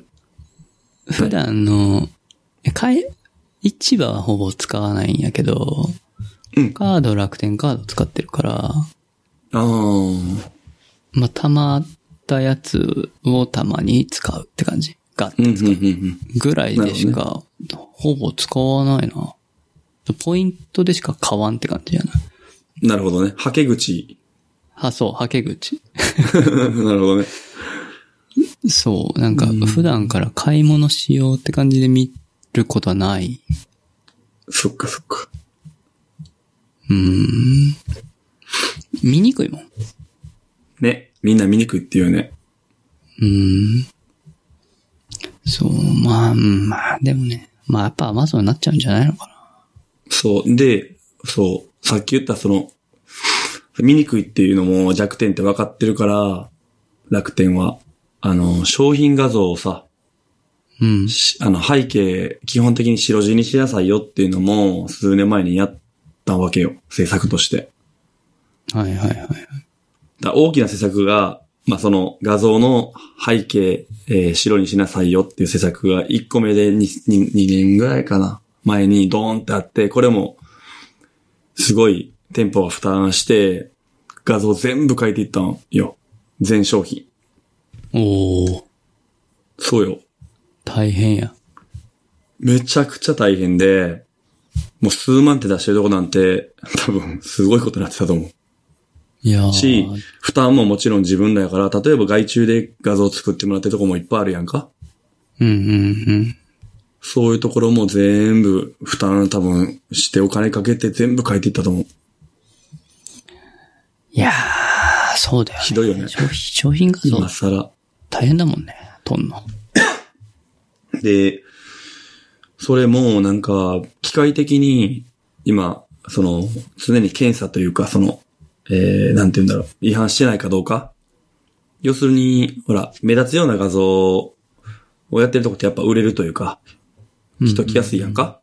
普段の、え買い、市場はほぼ使わないんやけど、うんカード楽天カード使ってるから、ああ。まあ、溜まったやつをたまに使うって感じ。がうん、うん、うん。ぐらいでしか、ほぼ使わないな。ポイントでしか買わんって感じやな。なるほどね。はけ口。あ、そう、はけ口。 なるほどね。そう、なんか普段から買い物しようって感じで見ることはない。そっかそっか。うーん。見にくいもん。うね。みんな見にくいっていうね。ーん。そう、まあ、うんまあ、でもね。まあ、やっぱ Amazon になっちゃうんじゃないのかな。そう。で、そう。さっき言ったその、見にくいっていうのも弱点って分かってるから、楽天は。あの、商品画像をさ、うん。しあの、背景、基本的に白地にしなさいよっていうのも、数年前にやったわけよ。制作として。はいはいはいはい。だから大きな施策が、まあ、その画像の背景、えー白にしなさいよっていう施策が1個目で 2, 2, 年ぐらいかな。前にドーンってあって、これも、すごい店舗が負担して、画像全部変えていったんよ。全商品。おー、そうよ。大変や。めちゃくちゃ大変で、もう数万って出してるとこなんて、多分すごいことになってたと思う。いやーし、負担ももちろん自分らやから、例えば外注で画像作ってもらってるとこもいっぱいあるやんか。うんうんうん。そういうところも全部負担多分してお金かけて全部変えていったと思う。いやー、そうだよ、ね。ひどいよね商品商品画像今更。大変だもんね。撮んの。で、それもなんか機械的に今、その常に検査というかその、えー、なんて言うんだろう。違反してないかどうか。要するに、ほら、目立つような画像をやってるとこってやっぱ売れるというか、人来やすいやんか。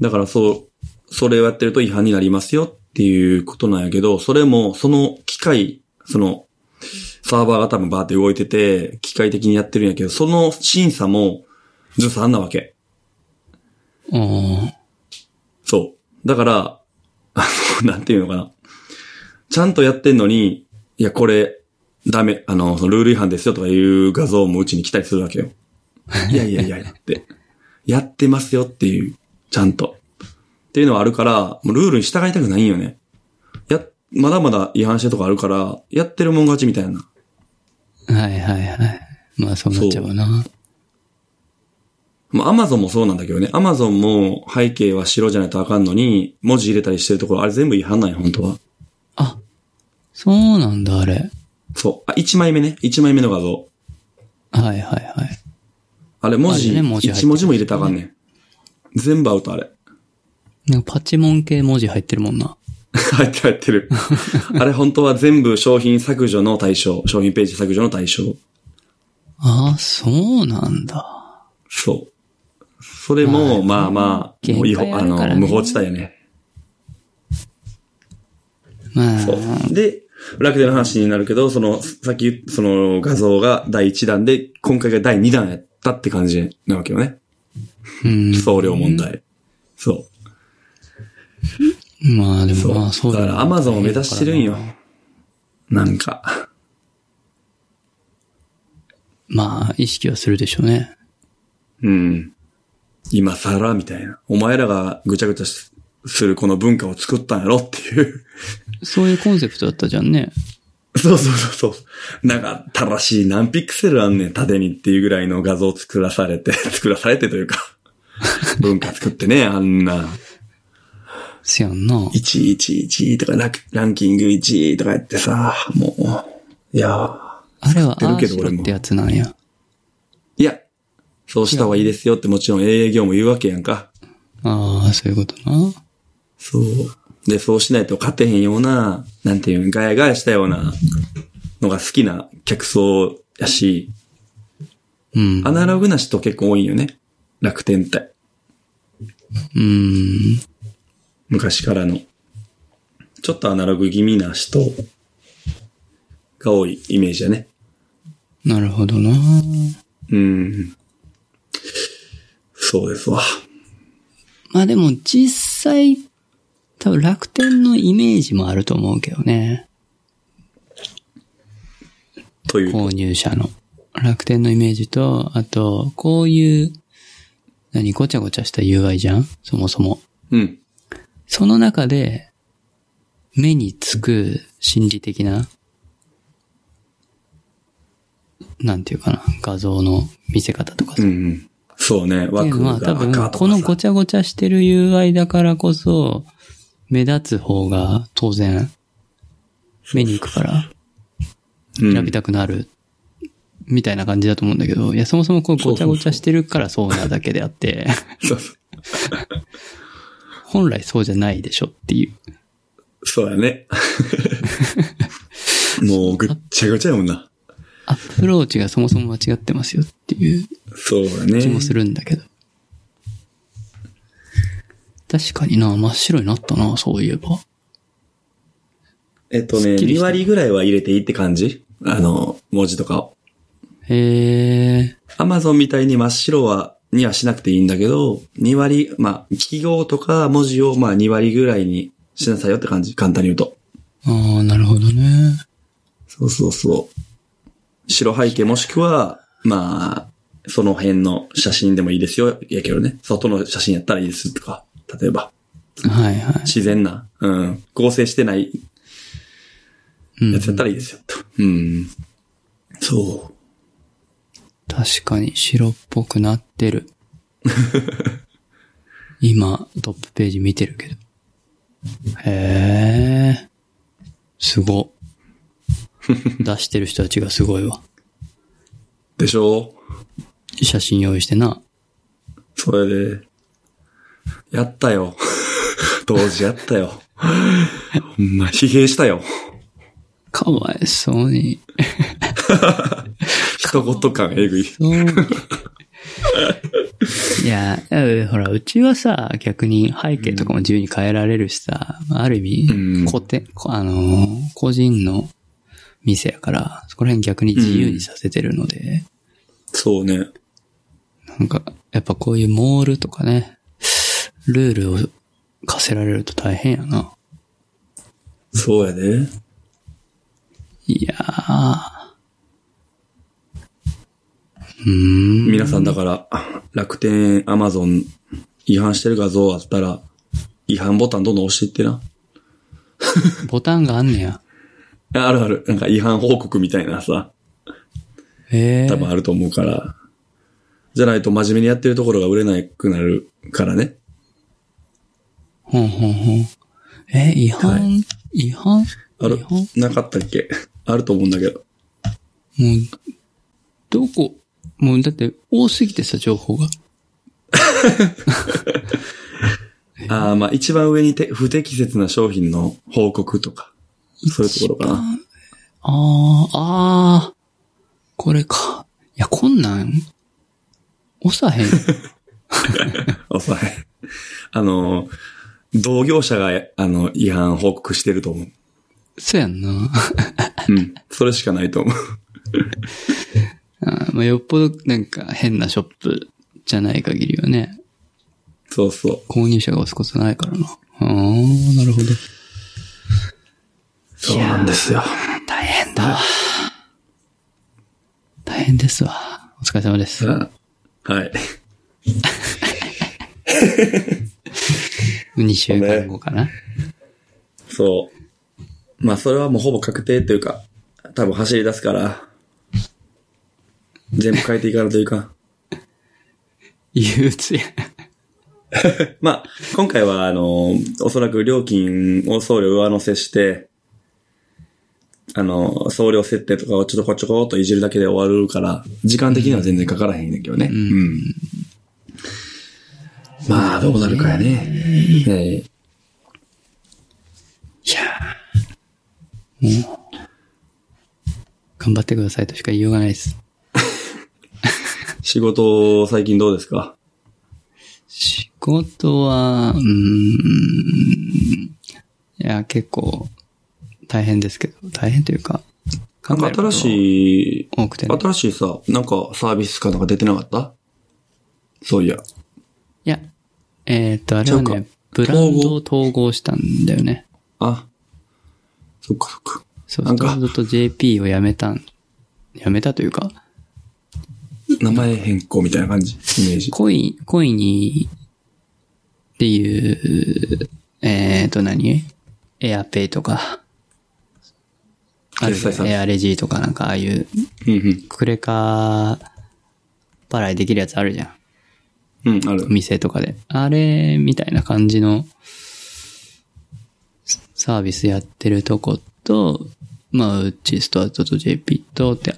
だからそう、それをやってると違反になりますよっていうことなんやけど、それもその機械、そのサーバーが多分バーって動いてて、機械的にやってるんやけど、その審査もずさんなわけ。うん。そう。だから、 あの、なんていうのかな。ちゃんとやってんのに、いや、これ、ダメ、あの、そのルール違反ですよとかいう画像もうちに来たりするわけよ。いやいやいや、やって。やってますよっていう、ちゃんと。っていうのはあるから、もうルールに従いたくないんよね。や、まだまだ違反してるとかあるから、やってるもん勝ちみたいな。はいはいはい。まあそうなっちゃうわな。まあ、アマゾンもそうなんだけどね。アマゾンも背景は白じゃないとあかんのに、文字入れたりしてるところ、あれ全部違反なんや、本当は。あ、そうなんだあれ。そう。あ、1枚目ね。1枚目の画像。はいはいはい。あれ文字、あれね文字入ってる1文字も入れたらあかんねん。全部アウト、あれ。 なんかパチモン系文字入ってるもんな。入ってる入ってる。あれ本当は全部商品削除の対象。商品ページ削除の対象。ああ、そうなんだ。そう。それも、まあまあ、限もう界違法、ああるからねの、無法地帯やね。まあそ、う。で、楽天の話になるけど、その、さっき言、その画像が第1弾で、今回が第2弾やったって感じなわけよね。うん。送料問題。そう。まあでそもう。まあそうだよからアマゾンを目指してるんよ。なんか。まあ意識はするでしょうね。うん。今更みたいな。お前らがぐちゃぐちゃすするこの文化を作ったんやろっていう。そういうコンセプトだったじゃんね。 そうそうそうそう。なんか、正しい何ピクセルあんねん、縦にっていうぐらいの画像を作らされて、 作らされてという か、文化作ってね、あんな。せやんな。 111とかランランキング1位とかやってさ、もう、いやあれは知っアーてるけシどロってやつなんや。ーいや、そうした方がいいですよってもちろん営業も言うわけやんか。ああ、そういうことな。そう。で、そうしないと勝てへんような、なんていうん、ガヤガヤしたようなのが好きな客層やし、うん。アナログな人結構多いんよね。楽天って。うん。昔からの。ちょっとアナログ気味な人が多いイメージだね。なるほどな。うん。そうですわ。まあでも実際、多分楽天のイメージもあると思うけどね。というと。購入者の。楽天のイメージと、あと、こういう、何、ごちゃごちゃした UI じゃんそもそも。うん。その中で、目につく心理的な、なんていうかな、画像の見せ方とかさうんうん。そうね。ってい枠うのはが多赤と分かさ。、このごちゃごちゃしてる UI だからこそ、目立つ方が当然、目に行くからうん選びたくなる、みたいな感じだと思うんだけど、いや、そもそもこうごちゃごちゃしてるからそうなだけであって、そうそう。 本来そうじゃないでしょっていう。そうやね。もうぐっちゃぐちゃやもんな。アプローチがそもそも間違ってますよっていうそうやね。気もするんだけど。確かにな、真っ白になったな、そういえば。えっとね、っきりし2た割ぐらいは入れていいって感じあの、文字とかを。へえ。アマゾンみたいに真っ白は、にはしなくていいんだけど、2割、まあ、記号とか文字をまあ2割ぐらいにしなさいよって感じ。簡単に言うと。ああ、なるほどね。そうそうそう。白背景もしくは、まあ、その辺の写真でもいいですよ。やけどね。外の写真やったらいいですとか。例えば、はいはい。自然な、うん、合成してないうんやつやったらいいですよ、と。うん。そう。確かに白っぽくなってる。今、トップページ見てるけど。へえ。すご。出してる人たちがすごいわ。でしょ写真用意してな。それで、やったよ。 当時やったよ。ほんま、疲弊したよ。かわいそうに。一言感えぐい。そうに。 いや、えほら、うちはさ、逆に背景とかも自由に変えられるしさ、ある意うん味、個展、こあのー、個人の店やから、そこら辺逆に自由にさせてるので、そうね。なんか、やっぱこういうモールとかね、ルールを課せられると大変やな。そうやで。いやー。うーん。皆さんだから、楽天、アマゾン、違反してる画像あったら、違反ボタンどんどん押していってな。ボタンがあんねや。ああるある。なんか違反報告みたいなさ、ええ多分あると思うから。じゃないと真面目にやってるところが売れなくなるからね。ほんほんほん。え違反、は違反あ違る反もう、なかったっけあると思うんだけど。、どこ、もうだって多すぎてさ、情報が。えああ、まあ一番上にて不適切な商品の報告とか、そういうところかな。ああ、ああ、これか。いや、こんなん、押さへん。あ、そうね あの、同業者が、あの、違反報告してると思う。 そうやんな。うん。それしかないと思う。あーまあ、よっぽどなんか変なショップじゃない限りはね、そうそう。購入者が押すことないからな。ああ、なるほど。そうなんですよ。大変だわ。大変ですわ。お疲れ様です。あはい。 2週間後かな。そう。まあ、それはもうほぼ確定というか、多分走り出すから、全部変えていかないというか ん。憂鬱や。まあ、今回は、あの、おそらく料金を送料上乗せして、あの、送料設定とかをちょこちょこっといじるだけで終わるから、時間的には全然かからへんねんけどね。うん。まあ、どうなるかやね。ええ頑張ってくださいとしか言いようがないです。仕事、最近どうですか仕事は、うーん。いや、結構、大変ですけど、大変というか、なんか新い。しい、多くてね。新しいさ、なんかサービスかなんか出てなかったそういや。いや、えっ、と、あれはそうねか、ブランドを統合したんだよね。あ、そっかそっか。そう、なんストかーンズと JP を辞めたん、辞めたというか、名前変更みたいな感じ、イメージ。コイン、コインに、っていう、えっ、と何エアペイとか、ある決済サービスエアレジーとかなんかああいううんクレカ払いできるやつあるじゃん。うん。うん、あるお。店とかで。あれ、みたいな感じのササービスやってるとこと、まあ、うちストアと JP とって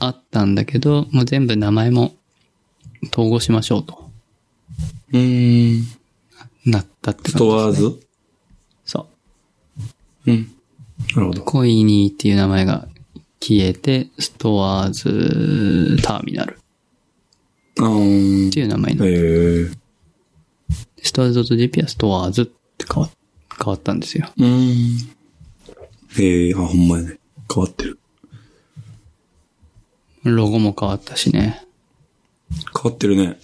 あったんだけど、もう全部名前も統合しましょうとうーん。なったって感じ。ストアーズそうん。なるほう。ど。コイニーっていう名前が消えて、ストアーズターミナルっあーていう名前になってへえ。ストアーズ .jp はストアーズって変わ変わったんですよ。うん。へえ、あ、ほんまやね。変わってる。ロゴも変わったしね。変わってるね。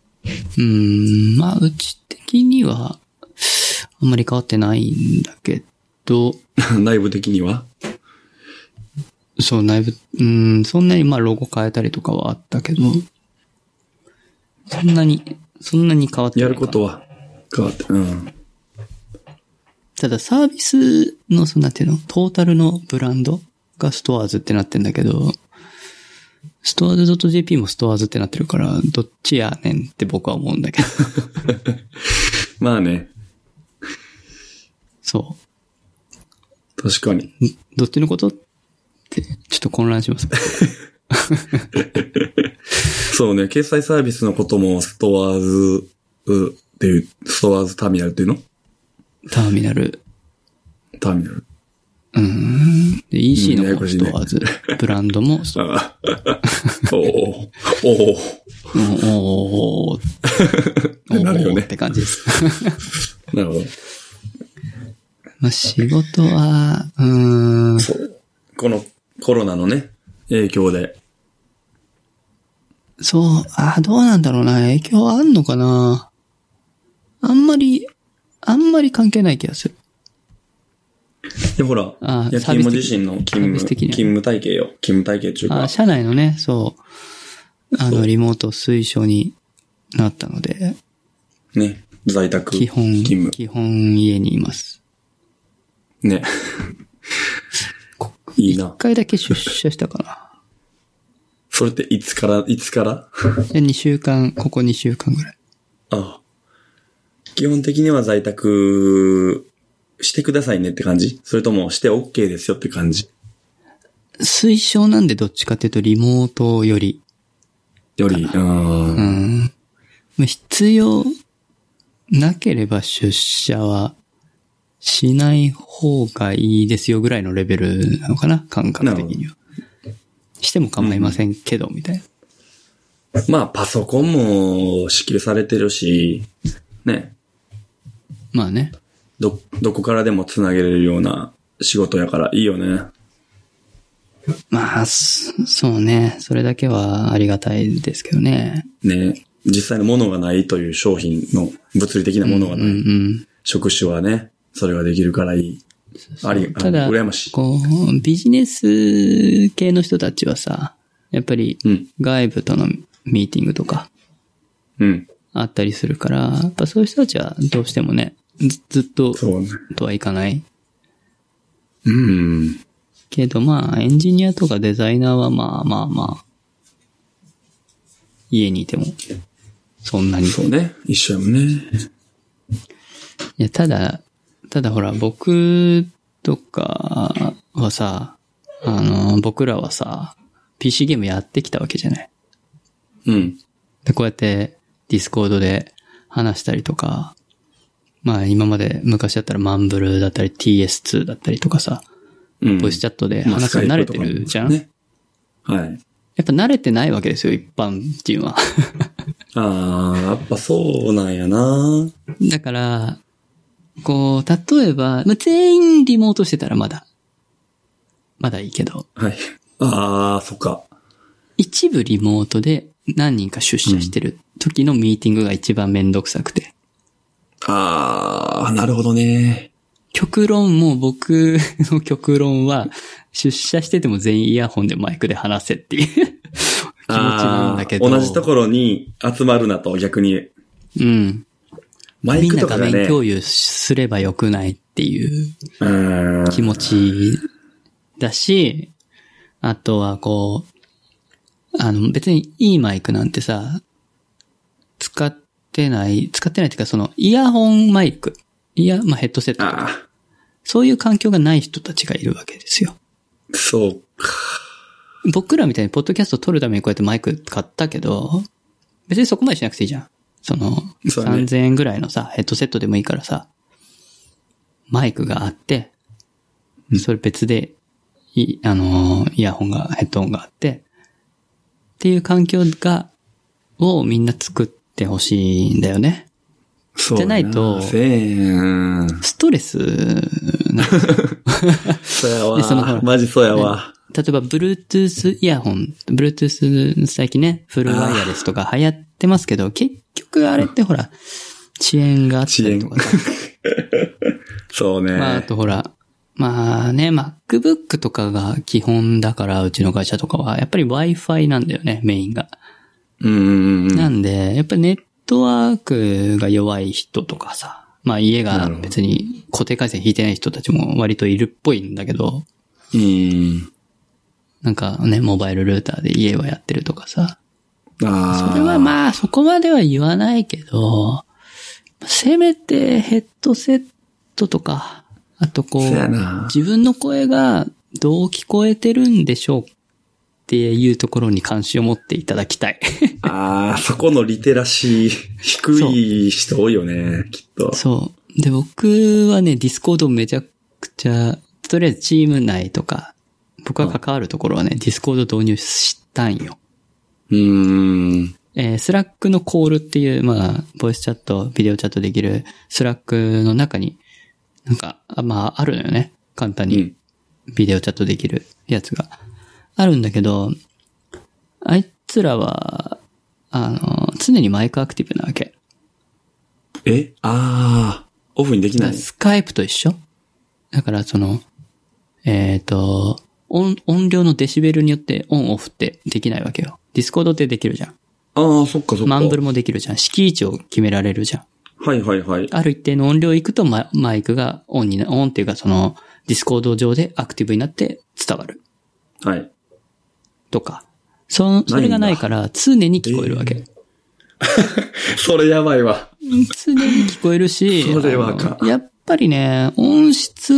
うーん、まあ、うち的には、あんまり変わってないんだけど、内部的にはそう、内部、うーん、そんなにまあ、ロゴ変えたりとかはあったけど、そんなに、そんなに変わってなやいるかことは変わってる。うん。ただ、サービスの、そのなんていうの、トータルのブランドがストアーズってなってんだけど、ストアーズ .jp もストアーズってなってるから、どっちやねんって僕は思うんだけど。まあね。そう。確かに。どっちのことって、ちょっと混乱します。そうね、決済サービスのこともストアーズうっていう、ストアーズターミナルっていうのターミナル。ターミナル。で、EC うんややのこコしスいねトアーズ、ブランドも、そうあ あ。おおおおうんおーおーおーなるよおーねおーって感じです。なるほど。まあ仕事は、うーん、そう。このコロナのね、影響で。そう、あーどうなんだろうな。影響あんのかな。あんまり、あんまり関係ない気がする。で、ほらあ、焼き芋自身の勤務、サービス的勤に務体系よ。勤務体系中あーか。社内のね、そう、あの、リモート推奨になったので、ね。在宅。基本、勤務。基本家にいます。 ね。いいな一。回だけ出社したかな。それっていつから、いつからで、2週間、ここ2週間ぐらい。ああ基本的には在宅してくださいねって感じそれともして OK ですよって感じ推奨なんでどっちかっていうとリモートより、より、うんうん。まあ必要なければ出社はしない方がいいですよぐらいのレベルなのかな感覚的には。しても構いませんけど、みたいな。まあ、パソコンも支給されてるし、ね、まあね。ど、どこからでも繋げれるような仕事やからいいよね。まあ、そそうね。それだけはありがたいですけどね。ね、実際のものがないという商品の物理的なものがない。うん。職種はね、それができるからいい。あり、あただ、羨ましい。こう、ビジネス系の人たちはさ、やっぱりうん、外部とのミーティングとかうん。あったりするから、やっぱそういう人たちはどうしてもね、ずずっとそうね。とはいかない。うん。けどまあ、エンジニアとかデザイナーはまあまあまあ、家にいても、そんなに。そうね。一緒やもんね。いや、ただ、ただほら、僕とかはさ、あの、僕らはさ、PC ゲームやってきたわけじゃない。うん。で、こうやって、ディスコードで話したりとか、まあ今まで昔だったらマンブルだったり TS2 だったりとかさ、うん。ボイスチャットでまあ話すのス慣カれイプてとかもるじゃん、ね。はい。やっぱ慣れてないわけですよ、一般人 は。ああ、やっぱそうなんやな。だから、こう、例えば、まあ、全員リモートしてたらまだ、まだいいけど、はい。ああ、そっか。一部リモートで何人か出社してる時のミーティングが一番めんどくさくて。ああ、なるほどね。極論もう僕の 極論は、出社してても全員イヤホンでマイクで話せっていう 気持ちなんだけど。あー同じところに集まるなと、逆に。うん。マイみんクなとか画が面ね。共有すればよくないっていううん気持ちだし、あとはこう、あの別にいいマイクなんてさ、使ってない、使ってないっていうかそのイヤホンマイク、いや、まあヘッドセットとか、あそういう環境がない人たちがいるわけですよ。あ、そうか。僕らみたいにポッドキャストを撮るためにこうやってマイク買ったけど、別にそこまでしなくていいじゃん。その、そうだね3000円ぐらいのさ、ヘッドセットでもいいからさ、マイクがあって、それ別で、い、あのー、イヤホンが、ヘッドホンがあって、っていう環境が、をみんな作ってほしいんだよね。そうじゃないとせーん。ストレスなそうやでそのほらわ。マジそうやわ。例えば、Bluetooth イヤホン、Bluetooth 最近ね、フルワイヤレスとか流行ってますけど、結局あれってほら、遅延があったりとかさ、そうね。まあ、あとほら、まあね、MacBook とかが基本だから、うちの会社とかは、やっぱり Wi-Fi なんだよね、メインが。うんうんうん。なんで、やっぱりネットワークが弱い人とかさ、まあ家ながるほど別に固定回線引いてない人たちも割といるっぽいんだけど、うん。なんかね、モバイルルーターで家はやってるとかさ、ああ。それはまあ、そこまでは言わないけど、せめてヘッドセットとか、あとこう、そうやな自分の声がどう聞こえてるんでしょうっていうところに関心を持っていただきた い。ああ、そこのリテラシー、低い人多いよね、きっと。そう。で、僕はね、ディスコードめちゃくちゃ、とりあえずチーム内とか、僕が関わるところはね、ディスコード導入したんよ。うーん。えースラックのコールっていう、まあ、ボイスチャット、ビデオチャットできるスラックの中に、なんか、あまあ、あるのよね。簡単うにん。ビデオチャットできるやつが。あるんだけど、あいつらは、あの、常にマイクアクティブなわけ。えああ、オフにできだなからい。スカイプと一緒だから、その、えっ、と、音、音量のデシベルによってオンオフってできないわけよ。ディスコードってできるじゃん。ああ、そっかそっか。マンブルもできるじゃん。敷地を決められるじゃん。はいはいはい。ある一定の音量いくとママイクがオンにな、オンっていうかそのディスコード上でアクティブになって伝わるはい。とか。そ、それがないから常に聞こえるわけ。それやばいわ。常に聞こえるし、それはあかんあのやっぱりね、音質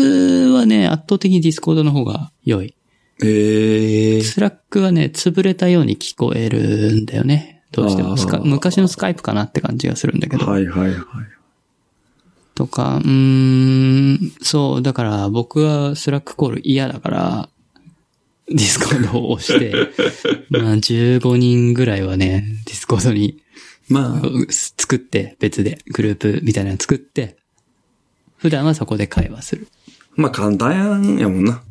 はね、圧倒的にディスコードの方が良い。ええスラックはね、潰れたように聞こえるんだよね。どうしてもスカあー昔のスカイプかなって感じがするんだけど。はいはいはい。とか、うーん、そう、だから僕はスラックコール嫌だから、ディスコードを押 して、まあ15人ぐらいはね、ディスコードにまあ、う作って、別でグループみたいなの作って、普段はそこで会話する。まあ簡単やもんな。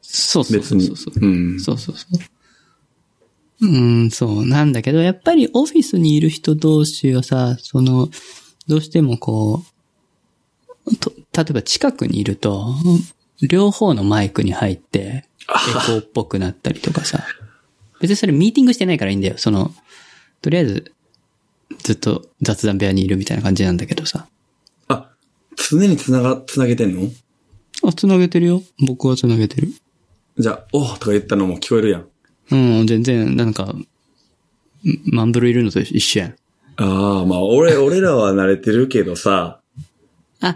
そうそう別そうに。そうそう。うん。そうそうそう。うーん、そう。なんだけど、やっぱりオフィスにいる人同士はさ、その、どうしてもこう、と、例えば近くにいると、両方のマイクに入って、エコーっぽくなったりとかさ。別にそれミーティングしてないからいいんだよ。その、とりあえず、ずっと雑談部屋にいるみたいな感じなんだけどさ。あ、常につなが、つなげてんのあ、繋げてるよ。僕は繋げてる。じゃあ、おーとか言ったのも聞こえるやん。うん、全然、なんか、んマンブルいるのと一緒やん。ああ、まあ俺、俺らは慣れてるけどさ、あ、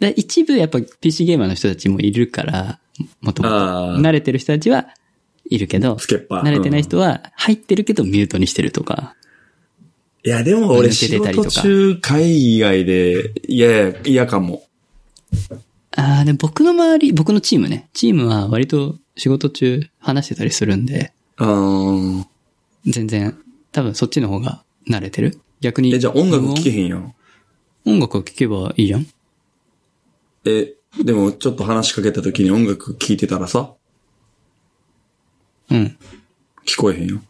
で一部やっぱ PC ゲーマーの人たちもいるから、もともと。ああ、慣れてる人たちはいるけど、スケッパー。慣れてない人は入ってるけどミュートにしてるとか。いや、でも俺抜け仕てたりと事か中会議以外で、いやいや、嫌かも。ああ、でも僕の周り、僕のチームね。チームは割と仕事中話してたりするんで、あー全然、多分そっちの方が慣れてる。逆に。え、じゃあ音楽聴けへんやん。無音音楽を聴けばいいやん。え、でもちょっと話しかけた時に音楽聴いてたらさ、うん。聞こえへんよ。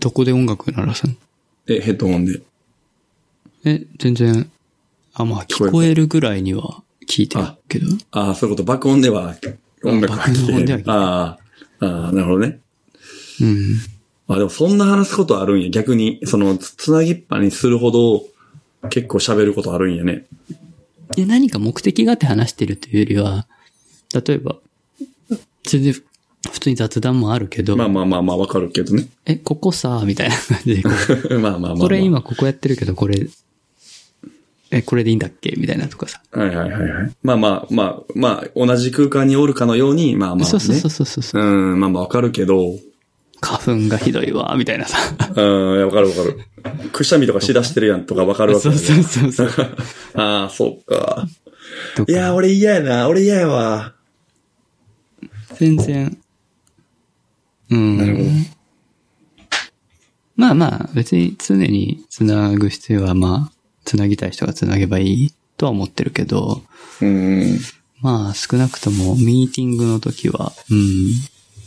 どこで音楽鳴らすのえ、ヘッドホンで。え、全然、あ、まあ聞こえるぐらいには聞いてるけど。ああ、そういうこと、爆音では音楽は聴け爆音へではん聞。けへんああ、ああ、なるほどね。うん。まあでもそんな話すことあるんや。逆に、その、つつなぎっぱにするほど、結構喋ることあるんやね。で、何か目的があって話してるというよりは、例えば、全然、普通に雑談もあるけど、まあまあまあまあ、わかるけどね。 え、ここさ、みたいな感じで、こうまあまあまあ、まあ。これ。今ここやってるけど、これ、え、これでいいんだっけみたいなとかさ。はいはいはいはい。まあまあまあ、まあ、同じ空間におるかのように、まあまあ、ね。そうそうそうそうそう。うん、まあまあ、わかるけど、うん、い花粉がひどいわ、みたいなさ。やわかるわかる。くしゃみとかしだしてるやんとかわかるわそけうそうそうそう。 ああ、そうか。といや、か、俺嫌やな。俺嫌やわ。全然、うん。なるほどまあまあ、別に常に繋ぐ必要は、まあ、繋ぎたい人が繋げばいいとは思ってるけど、うん。まあ、少なくとも、ミーティングの時は、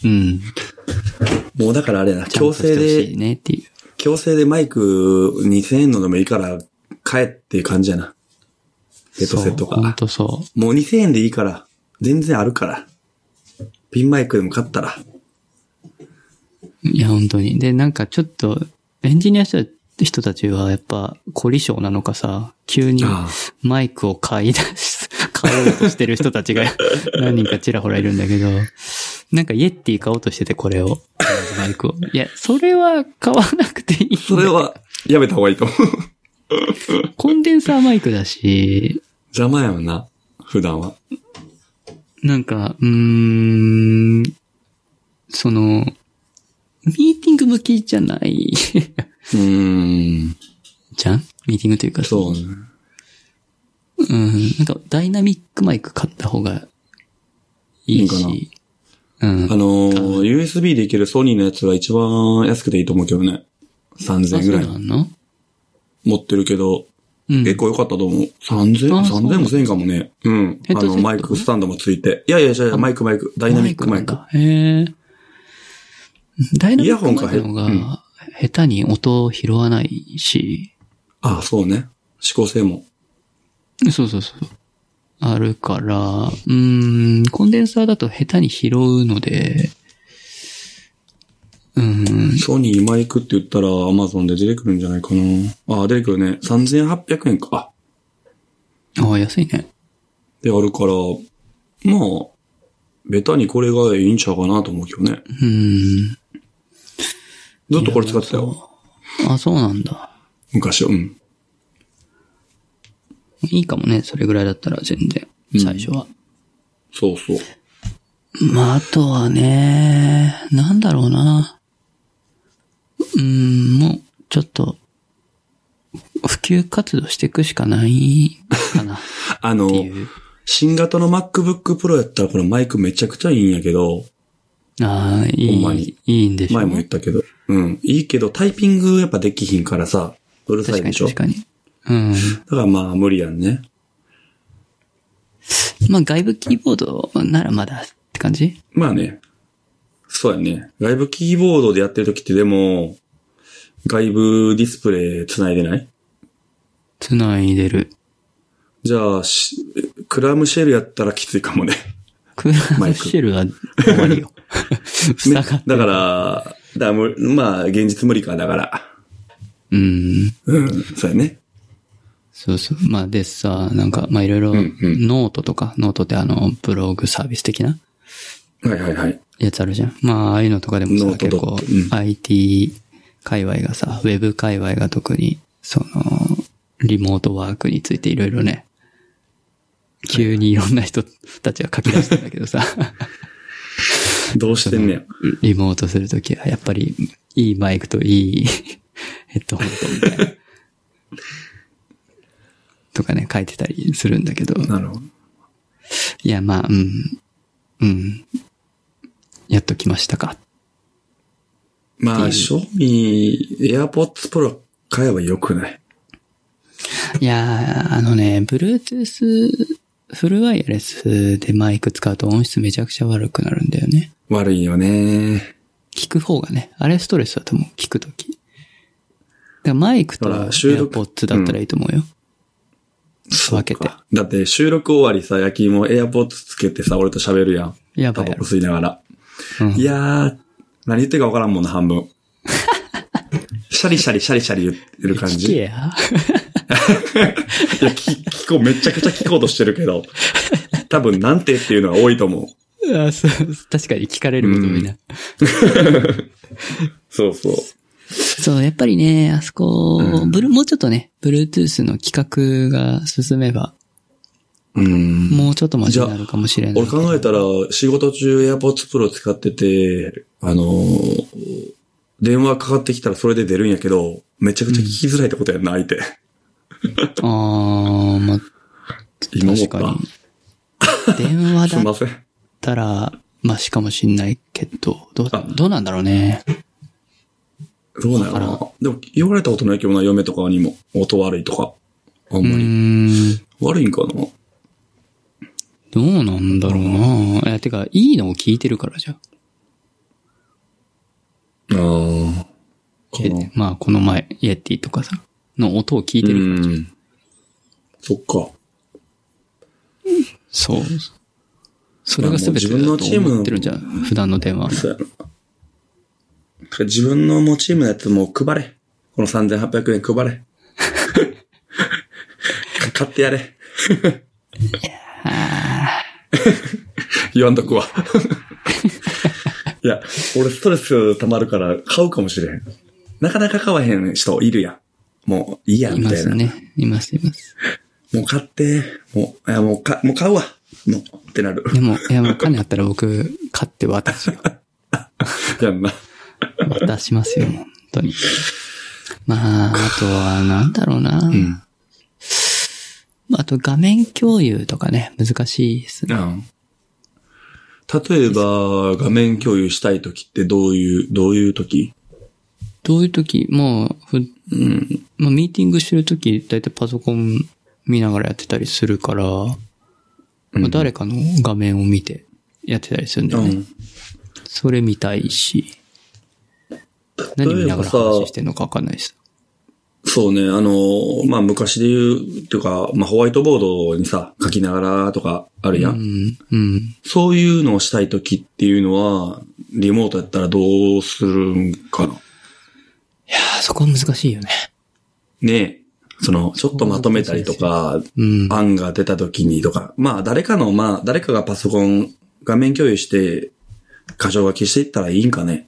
うん、うん、もうだからあれやな、ちゃん強として制ほしでい、ねっていう。強制でマイク2000円のでもいいから、買えっていう感じやな。ヘッドセットそうほがん。とそもう2000円でいいから、全然あるから。ピンマイクでも買ったら。う。いや、本当に。で、なんかちょっと、エンジニアした人たちは、やっぱ、凝り性なのかさ、急にああマイクを買い出し、 買おうとしてる人たち が何人かちらほらいるんだけど、なんかイエッティ買おうとしてて、これを。マイクを。いや、それは買わなくていいんだよ。それは、やめた方がいいと思う。コンデンサーマイクだし、 邪魔やもんな、普段は。なんか、うーん、その、ミーティング向きじゃない うーん。じゃんミーティングというか、そうね。う。うん、なんかダイナミックマイク買った方がいいいし、うんあ。のー、USB でいけるソニーのやつが一番安くていいと思うけどね。3000あ円ぐらそうないの持ってるけど、うん。結構良かったと思う。3000、あそう3000もせんかもね。うん。ヘッあドセッの、トマイクスタンドもついて。いやいや、いやいやマイクマイク。ダイナミックマイク。なんだ。へえ。ダイナミックマイクの方イヤホンが、下手に音を拾わないし、ああ、そうね。指向性も。そうそうそう。あるから、うーん、コンデンサーだと下手に拾うので、うーん、ソニーマイクって言ったら、アマゾンで出てくるんじゃないかな。ああ、出てくるね。3800円か。ああ、安いね。で、あるから、まあ、ベタにこれがいいんちゃうかなと思うけどね。うーん。ずっとこれ使ってたよ。あ、そうなんだ。昔は。うん。いいかもね、それぐらいだったら全然、最初は。そうそう。まあ、あとはね、なんだろうな。うーん、もう、ちょっと、普及活動していくしかないか なっあのて、いう。新型の MacBook Pro やったらこれマイクめちゃくちゃいいんやけど、ああ、いほんまにい、いいんでしょ前うも言ね。ったけど、うん。いいけどタイピングやっぱできひんからさ、うるさ確いかでにしょ確かに。うん。だからまあ無理やんね。まあ外部キーボードならまだって感じまあね。そうやね。外部キーボードでやってる時ってでも、外部ディスプレイ繋いでない繋いでる。じゃあ、しクラムシェルやったらきついかもね。クーラーシェルは終わ りよ。塞がってだから、だからむまあ、現実無理か、だから。うん。うん、そうやね。そうそう。まあでさ、なんか、まあいろいろ、んうんノートとか、ノートってあの、ブログサービス的なはいはいはい。やつあるじゃん。まあ、ああいうのとかでもノさ、結ートドッ構トうん、 IT 界隈がさ、ウェブ界隈が特に、その、リモートワークについていろいろね、急にいろんな人たちが書き出したんだけどさ、どうしてんねや。リモートするときは、やっぱり、いいマイクといい ヘッドホンと、みたいな。とかね、書いてたりするんだけど。なるほど。いや、まあ、うん。うん。やっときましたか。まあ、正味、AirPods Pro 買えばよくない。いやー、あのね、Bluetooth、フルワイヤレスでマイク使うと音質めちゃくちゃ悪くなるんだよね。悪いよね。聞く方がね、あれストレスだと思う、聞くとき。だからマイクとほら収録 AirPods だったらいいと思うよ。そう分けてか。だって、収録終わりさ、焼き芋 AirPods つけてさ、俺と喋るやん。やばタいバやコろ。吸いながら。うんいやー、何言ってるか分からんもんな、半分。シャリシャリシャリシャリ言ってる感聞じ。けいや、や。聞、聞こう、めちゃくちゃ聞こうとしてるけど、多分、なんてっていうのが多いと思 う。あそう確かに聞かれることもいな。そうそう。そう、やっぱりね、あそこ、ブルもうちょっとね、Bluetooth の企画が進めば、うん。もうちょっとマシになるかもしれない俺けど。考えたら、仕事中 AirPods Pro 使ってて、あのー電話かかってきたらそれで出るんやけど、めちゃくちゃ聞きづらいってことやんな、相手。あー、まあ、今思確っかた。に。電話すだいっません。たら、マシかもしんないけど、どうあ、どうなんだろうね。どうなのかなでも、言われたことないけどな、嫁とかにも。音悪いとか。あうんまーり。ん。悪いんかなどうなんだろうなえ、てか、いいのを聞いてるからじゃん。ああ。かえなまあ、この前、イエティとかさ、の音を聞いてうる。ん。そっか。そう。それが全てだと思ってるんじゃん。普段の電話は。そうやな。だから自分の持ちムのやつも配れ。この3800円配れ。 買ってやれ。言わんとくわ。いや、俺ストレス溜まるから買うかもしれん。なかなか買わへん人いるやん。もういいや、いみまたいすな。ね。います、います。もう買って、もう、いやもうか、もう買うわ。もう、ってなる。でも、いや、もう金あったら僕、買って渡すよ。 やんな。渡しますよ、本当に。まあ、あとは、なんだろうな。うん。あと、画面共有とかね、難しいですね。うん。例えば、画面共有したいときってどういう、どういうときどういう時もう、ふまあ、ミーティングしてる時、だいたいパソコン見ながらやってたりするから、まあ、誰かの画面を見てやってたりするんだよね。それ見たいし、何見ながら話してんのかわかんないです。そうね、あの、まあ、昔で言う、っていうか、まあ、ホワイトボードにさ、書きながらとかあるやん。うん、うん。そういうのをしたいときっていうのは、リモートやったらどうするんかないやー、そこは難しいよね。ねえ、その、ちょっとまとめたりとか、うん。案が出た時にとか、まあ誰かの、まあ誰かがパソコン、画面共有して、箇条書きしていったらいいんかね。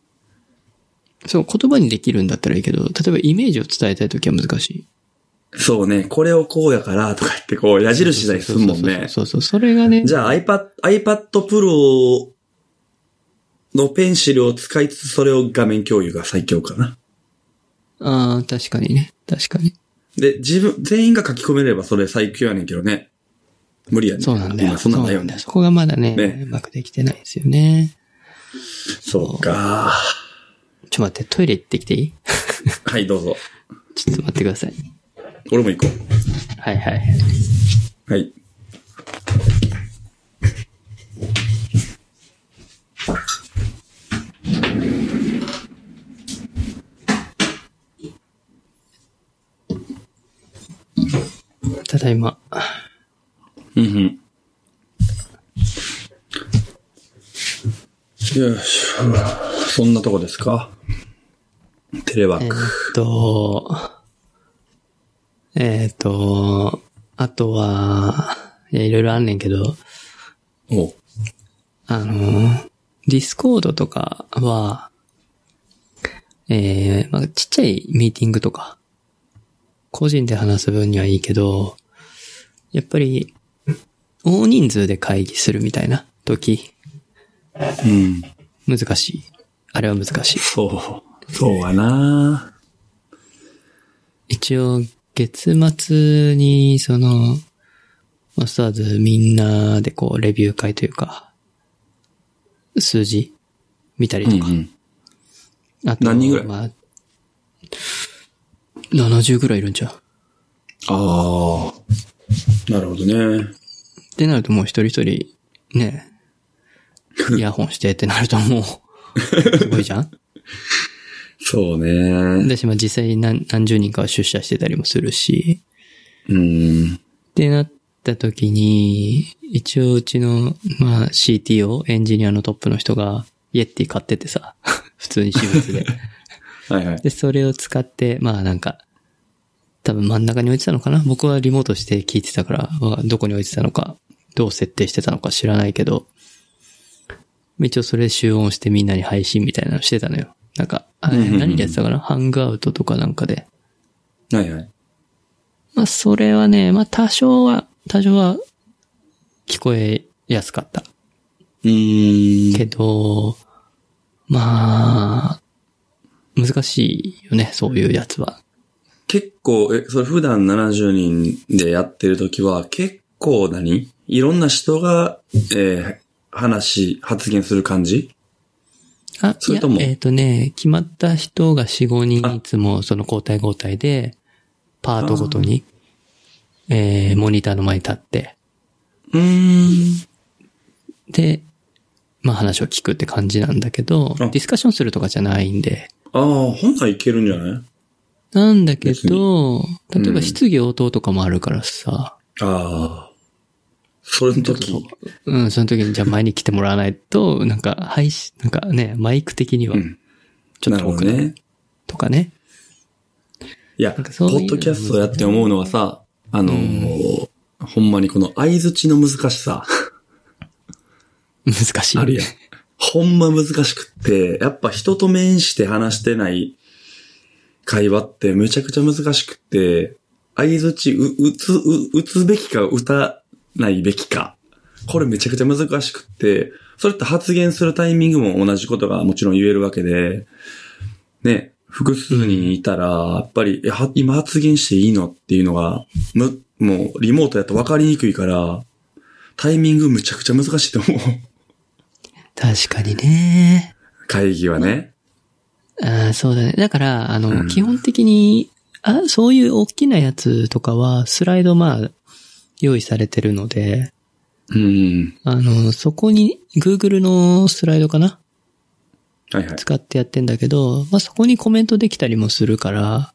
そう、言葉にできるんだったらいいけど、例えばイメージを伝えたい時は難しい。そうね、これをこうやからとか言ってこう矢印したりするもんね。そうそうそうそう、それがね、じゃあ iPad、iPad Pro のペンシルを使いつつそれを画面共有が最強かな。ああ、確かにね。確かに。で、自分、全員が書き込めればそれ最強やねんけどね。無理やねそうなんだよ。今そんなんないよそうなんだねよ。。そこがまだね、ねうまくできてないんですよね。そうか。ちょ、待って、トイレ行ってきていい はい、どうぞ。ちょっと待ってください。俺も行こう。はいはい。はい。ただいま。うんうん。よいしょ。そんなとこですかテレワえーーっク。と、えーっと、あとは、いや、いろいろあんねんけど、おうあの、ディスコードとかは、えー、まあちっちゃいミーティングとか、個人で話す分にはいいけど、やっぱり、大人数で会議するみたいな時、うん。難しい。あれは難しい。そう。そうはな一応、月末に、その、マスターズみんなでこう、レビュー会というか、数字見たりうんとうか。ん。あと何人ぐらいまあ、70ぐらいいるんちゃうっああ。なるほどね。てなるともう一人一人、 ね、イヤホンしてってなるともう、すごいじゃんそうね。だし、まあ実際何何十人かは出社してたりもするし、うん。ってなった時に、一応うちの、まあ CTO、エンジニアのトップの人が、イエッティ買っててさ、 普通に私物で。はいはい。で、それを使って、まあなんか、多分真ん中に置いてたのかな僕はリモートして聞いてたから、まあどこに置いてたのか、どう設定してたのか知らないけど、一応それ集音してみんなに配信みたいなのしてたのよ。なんか、あうんうんうん何でやってたかなハングアウトとかなんかで。はいはい。まあ、それはね、まあ、多少は、多少は、聞こえやすかった。うーけん。ど、まあ、難しいよね、そういうやつは。結構、え、それ普段70人でやってるときは、結構何いろんな人が、えー話、発言する感じあ、それといもやえっ、とね、決まった人が4、5人いつもその交代交代で、パートごとに、えー、モニターの前に立って、うーん。で、まあ話を聞くって感じなんだけど、デあィスカッションするとかじゃないんで、ああ、本来いけるんじゃないなんだけど、に例えうんば質疑応答とかもあるからさ、ああ。それの時。うん、その時にじゃあ前に来てもらわないと、なんか配信、なんかね、マイク的にはうんちょっと多くななるほどるねとかね。いや、なんポかそういうのッドキャストやって思うのはさ、あのーほんまにこの相づちの難しさ、難しい。あるやん。ほんま難しくって、やっぱ人と面して話してない会話ってめちゃくちゃ難しくって、相づちう打つ、う打つべきか打たないべきか。これめちゃくちゃ難しくって、それって発言するタイミングも同じことがもちろん言えるわけで、ね、複数人いたら、やっぱり、えは今発言していいのっていうのが、む、もうリモートやと分かりにくいから、タイミングむちゃくちゃ難しいと思う。確かにね。会議はね。あーそうだね。だから、あの、うん基本的に、あ、そういう大きなやつとかは、スライドまあ、用意されてるので、うん。あの、そこに、Google のスライドかなはいは使ってやってんだけど、まあそこにコメントできたりもするから、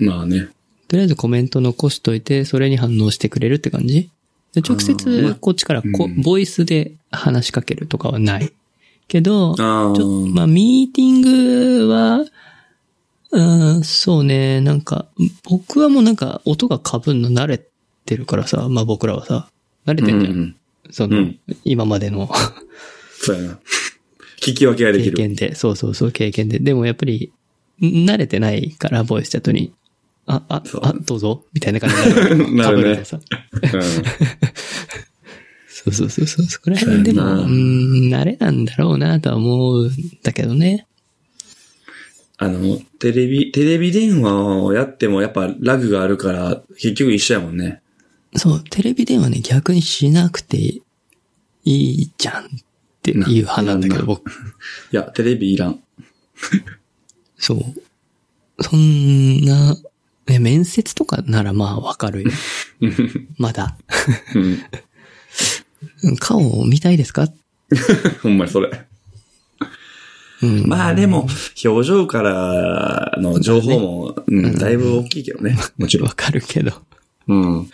い。まあね。とりあえずコメント残しといて、それに反応してくれるって感じで直あーまあ接、こっちからこ、うんボイスで話しかけるとかはない。けど、ああ。ちょまあ、ミーティングは、うん、そうね、なんか、僕はもうなんか、音が被んの慣れてるからさ、まあ僕らはさ、慣れうんてうんんじゃん。うん。その、うん今までのそうやな。聞き分けが でき経る。験で、そうそうそう、経験で。でもやっぱり、ん慣れてないから、ボイスチャットに、あ、あそう、あ、どうぞ、みたいな感じにな なる。るね被るとさ。そうそうそうそう、そこら辺でも、そうやなうん、慣れなんだろうなとは思うんだけどね。あの、テレビ、テレビ電話をやってもやっぱラグがあるから、結局一緒やもんね。そう、テレビ電話ね、逆にしなくていいじゃんっていう派なんだけど、な僕。いや、テレビいらん。そう。そんな、ね、面接とかならまあわか るよ。まだ。うん。 顔を見たいですか ほんまにそれ。うん。まあでも、表情からの情報も、うん、だいぶ大きいけどね。もちろんわ。かるけど。うん。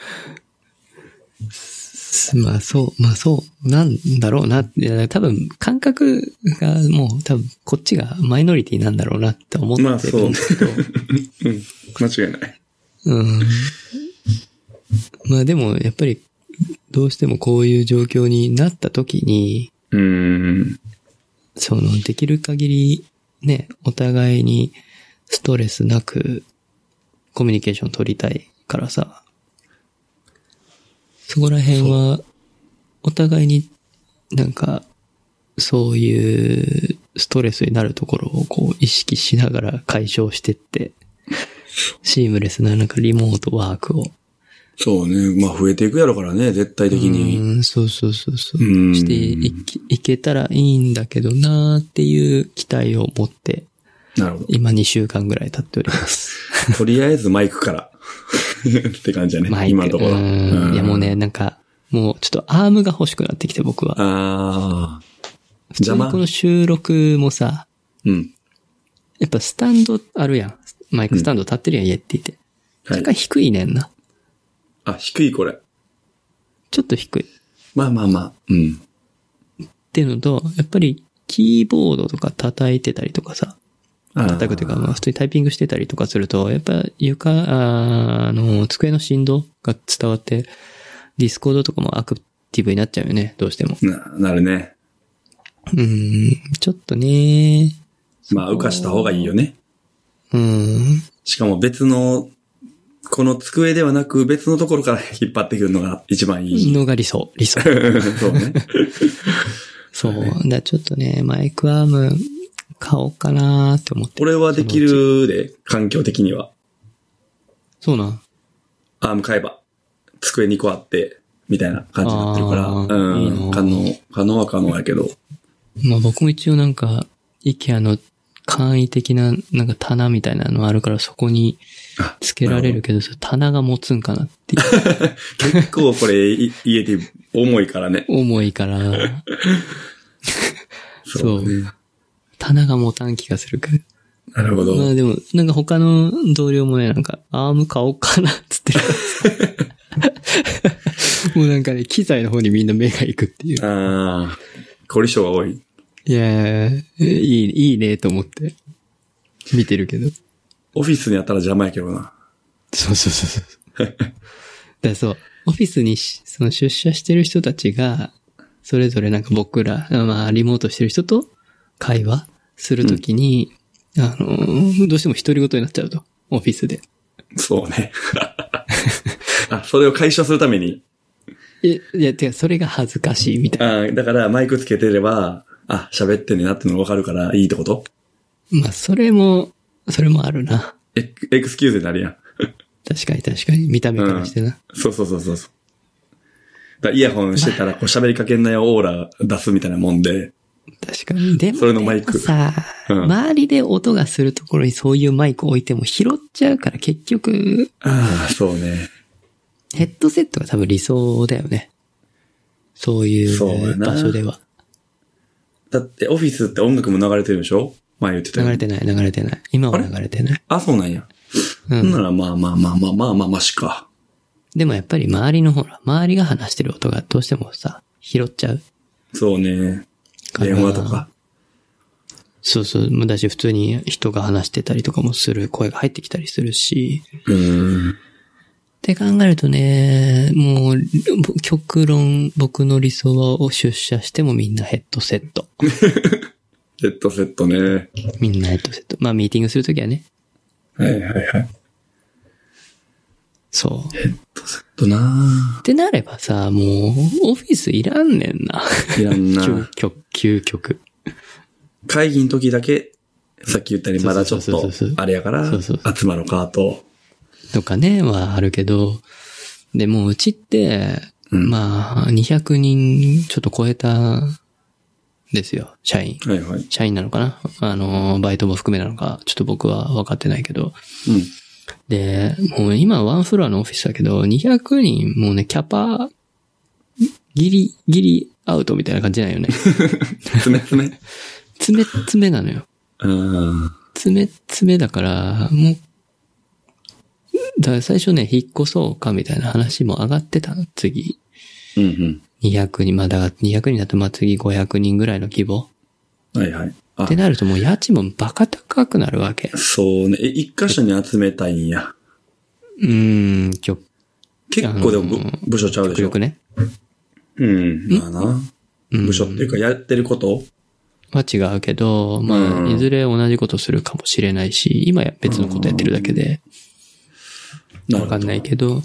まあそう、まあそう、なんだろうなって、多分感覚がもう多分こっちがマイノリティなんだろうなって思ってるまんあですそうけど。うん。間違いない。 うんまあでも、やっぱり、どうしてもこういう状況になった時に、うん。その、できる限り、ね、お互いにストレスなく、コミュニケーション取りたいからさ、そこら辺は、お互いになんか、そういうストレスになるところをこう意識しながら解消してって、シームレスななんかリモートワークをそうね。まあ増えていくやろからね、絶対的に。うん、そうそうそうそう。うんしていきいけたらいいんだけどなーっていう期待を持って、なるほど。今2週間ぐらい経っており ます。とりあえずマイクから。 って感じやマイク。ね。今のところ。うんいやもう。ね、なんか、もうちょっとアームが欲しくなってきて僕は。ああ。普通邪魔にこの収録もさ、うん。やっぱスタンドあるやん。マイクスタンド立ってるやん、家って言って。はい若干低いねんな。あ、低いこれ。ちょっと低い。っまあまあまあ。うん。ていうのと、やっぱりキーボードとか叩いてたりとかさ、あ叩くというか、まあ普通にタイピングしてたりとかすると、やっぱ床、あーあの、机の振動が伝わって、ディスコードとかもアクティブになっちゃうよね、どうしても。な、なるね。うん、ちょっとね、まあ、浮かした方がいいよね。うん、しかも別の、この机ではなく別のところから 引っ張ってくるのが一番いい。のが理想、理想。 そ うね。そう。だからちょっとね、マイクアーム買おうかなーって思って。これはできるで、環境的には。そうなん。アーム買えば、机2個あって、みたいな感じになってるから、あーうんいいな可能、可能は可能やけど。まあ僕も一応なんか、IKEA の簡易的ななんか棚みたいなのあるからそこにあつけられるけど、それ棚が持つんかなっていう。結構これ、い家で重いからね。重い から、 そうね棚が持たん気がするから。なるほど。まあでも、なんか他の同僚もね、なんか、アーム買おうかな、つってる。もうなんかね、機材の方にみんな目が行くっていう。ああ、凝り性が多い。いやーいい、いいね、と思って、見てるけど。オフィスにあったら邪魔やけどな。そうそうそうそう。だからそう、オフィスにしその出社してる人たちが、それぞれなんか僕ら、まあ、リモートしてる人と会話するときに、あのー、どうしても独り言になっちゃうと。オフィスで。そうね。あ、それを解消するために。え、いや、てか、それが恥ずかしいみたいな。ああ、だからマイクつけてれば、あ、喋ってんねんなってのがわかるからいいってことまあ、それも、それもあるな。エクエクスキューズになるやん。確かに確かに。見た目からしてな。そうそうそうそうそう。だからイヤホンしてたら、こう喋りかけんなよオーラ出すみたいなもんで。確かに。でも、それのマイクでもさ、うん周りで音がするところにそういうマイク置いても拾っちゃうから、結局、ああ、そうね。ヘッドセットが多分理想だよね。そういそうやうな場所では。だってオフィスって音楽も流れてるでしょ前言ってた流ようれにてない、流れてない。今はあれ流れてない。あ、そうなんや。うほんん。ならまあまあまあまあまあまあましか。でもやっぱり周りのほら、周りが話してる音がどうしてもさ、拾っちゃうそうね。から。電話とか。。そうそう。まあだし普通に人が話してたりとかもする、声が入ってきたりするし。うーん。って考えるとね、もう、極論、僕の理想はを出社してもみんなヘッドセット。ヘッドセットね。みんなヘッドセット。まあミーティングするときはね。はいはいはい。そう。ヘッドセットなってなればさ、もう、オフィスいらんねんな。いらん究な極、究極。会議の時だけさっき言ったようにまだちょっそうそとうそうそう、あれやからそうそう、集まろうかと。とかね、はあるけど、でもううちって、うんまあ、200人ちょっと超えたんですよ、社員。はいはい。社員なのかなあの、バイトも含めなのか、ちょっと僕は分かってないけど。うで、もう今ワンフロアのオフィスだけど、200人、もうね、キャパ、ギリ、ギリアウトみたいな感じなんよね。 ん。爪爪。詰め、詰めなのよ。うん。詰め、詰めだから、もう、だから最初ね、引っ越そうかみたいな話も上がってたの次。うん200人、まあだから200人だとまあ次500人ぐらいの規模。うん。はいはい。あって、なるともう家賃もバカ高くなるわけ。そうね。え一箇所に集めたいんや。うーん、極結構でもあのー部部署ちゃうでしょ。力ね。うん。まあな。うん部署っていうか、やってることは違うけど、まうんあ、いずれ同じことするかもしれないし、今や別のことやってるだけで、わかんないど。けど、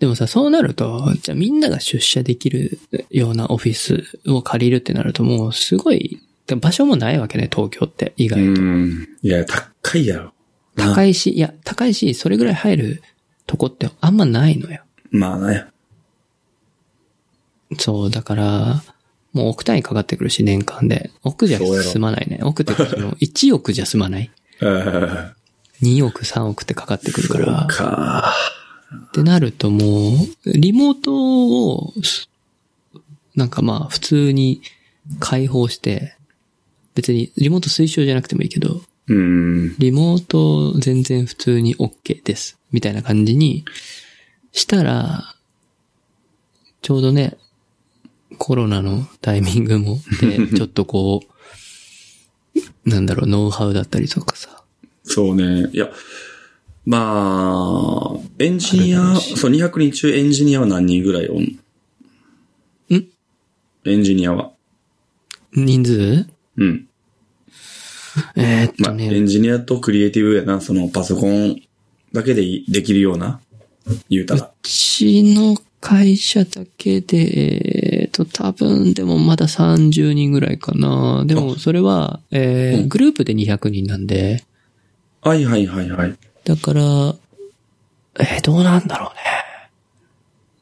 でもさ、そうなると、じゃあみんなが出社できるようなオフィスを借りるってなると、もうすごい、で場所もないわけね、東京って、意う外と。ん。いや、高いやろ。高い。いし、いや、高いし、それぐらい入るとこってあんまないのよ。まあね。そう、だから、もう億単位かかってくるし、年間で。億じゃそうやろ済まないね。億って、その、1億じゃ済まない。うん。 2億、3億ってかかってくるから。か。ってなるともう、リモートを、すなんかまあ普通に開放して、別にリモート推奨じゃなくてもいいけど、うん。リモート全然普通に OK です。みたいな感じにしたら、ちょうどね、コロナのタイミングも、 で、ちょっとこう、なんだろう、ノウハウだったりとかさ。そうね。いや、まあ、エンジニア、そう、200人中エンジニアは何人ぐらいおんんエンジニアは。人数うん。えーっまあ、とね、エンジニアとクリエイティブやな、そのパソコンだけでいできるような、言うたら。うちの会社だけで、えっ、と、多分でもまだ30人ぐらいかな。でも、それは、えーうんグループで200人なんで、はいはいはいはい。だから、えーどうなんだろう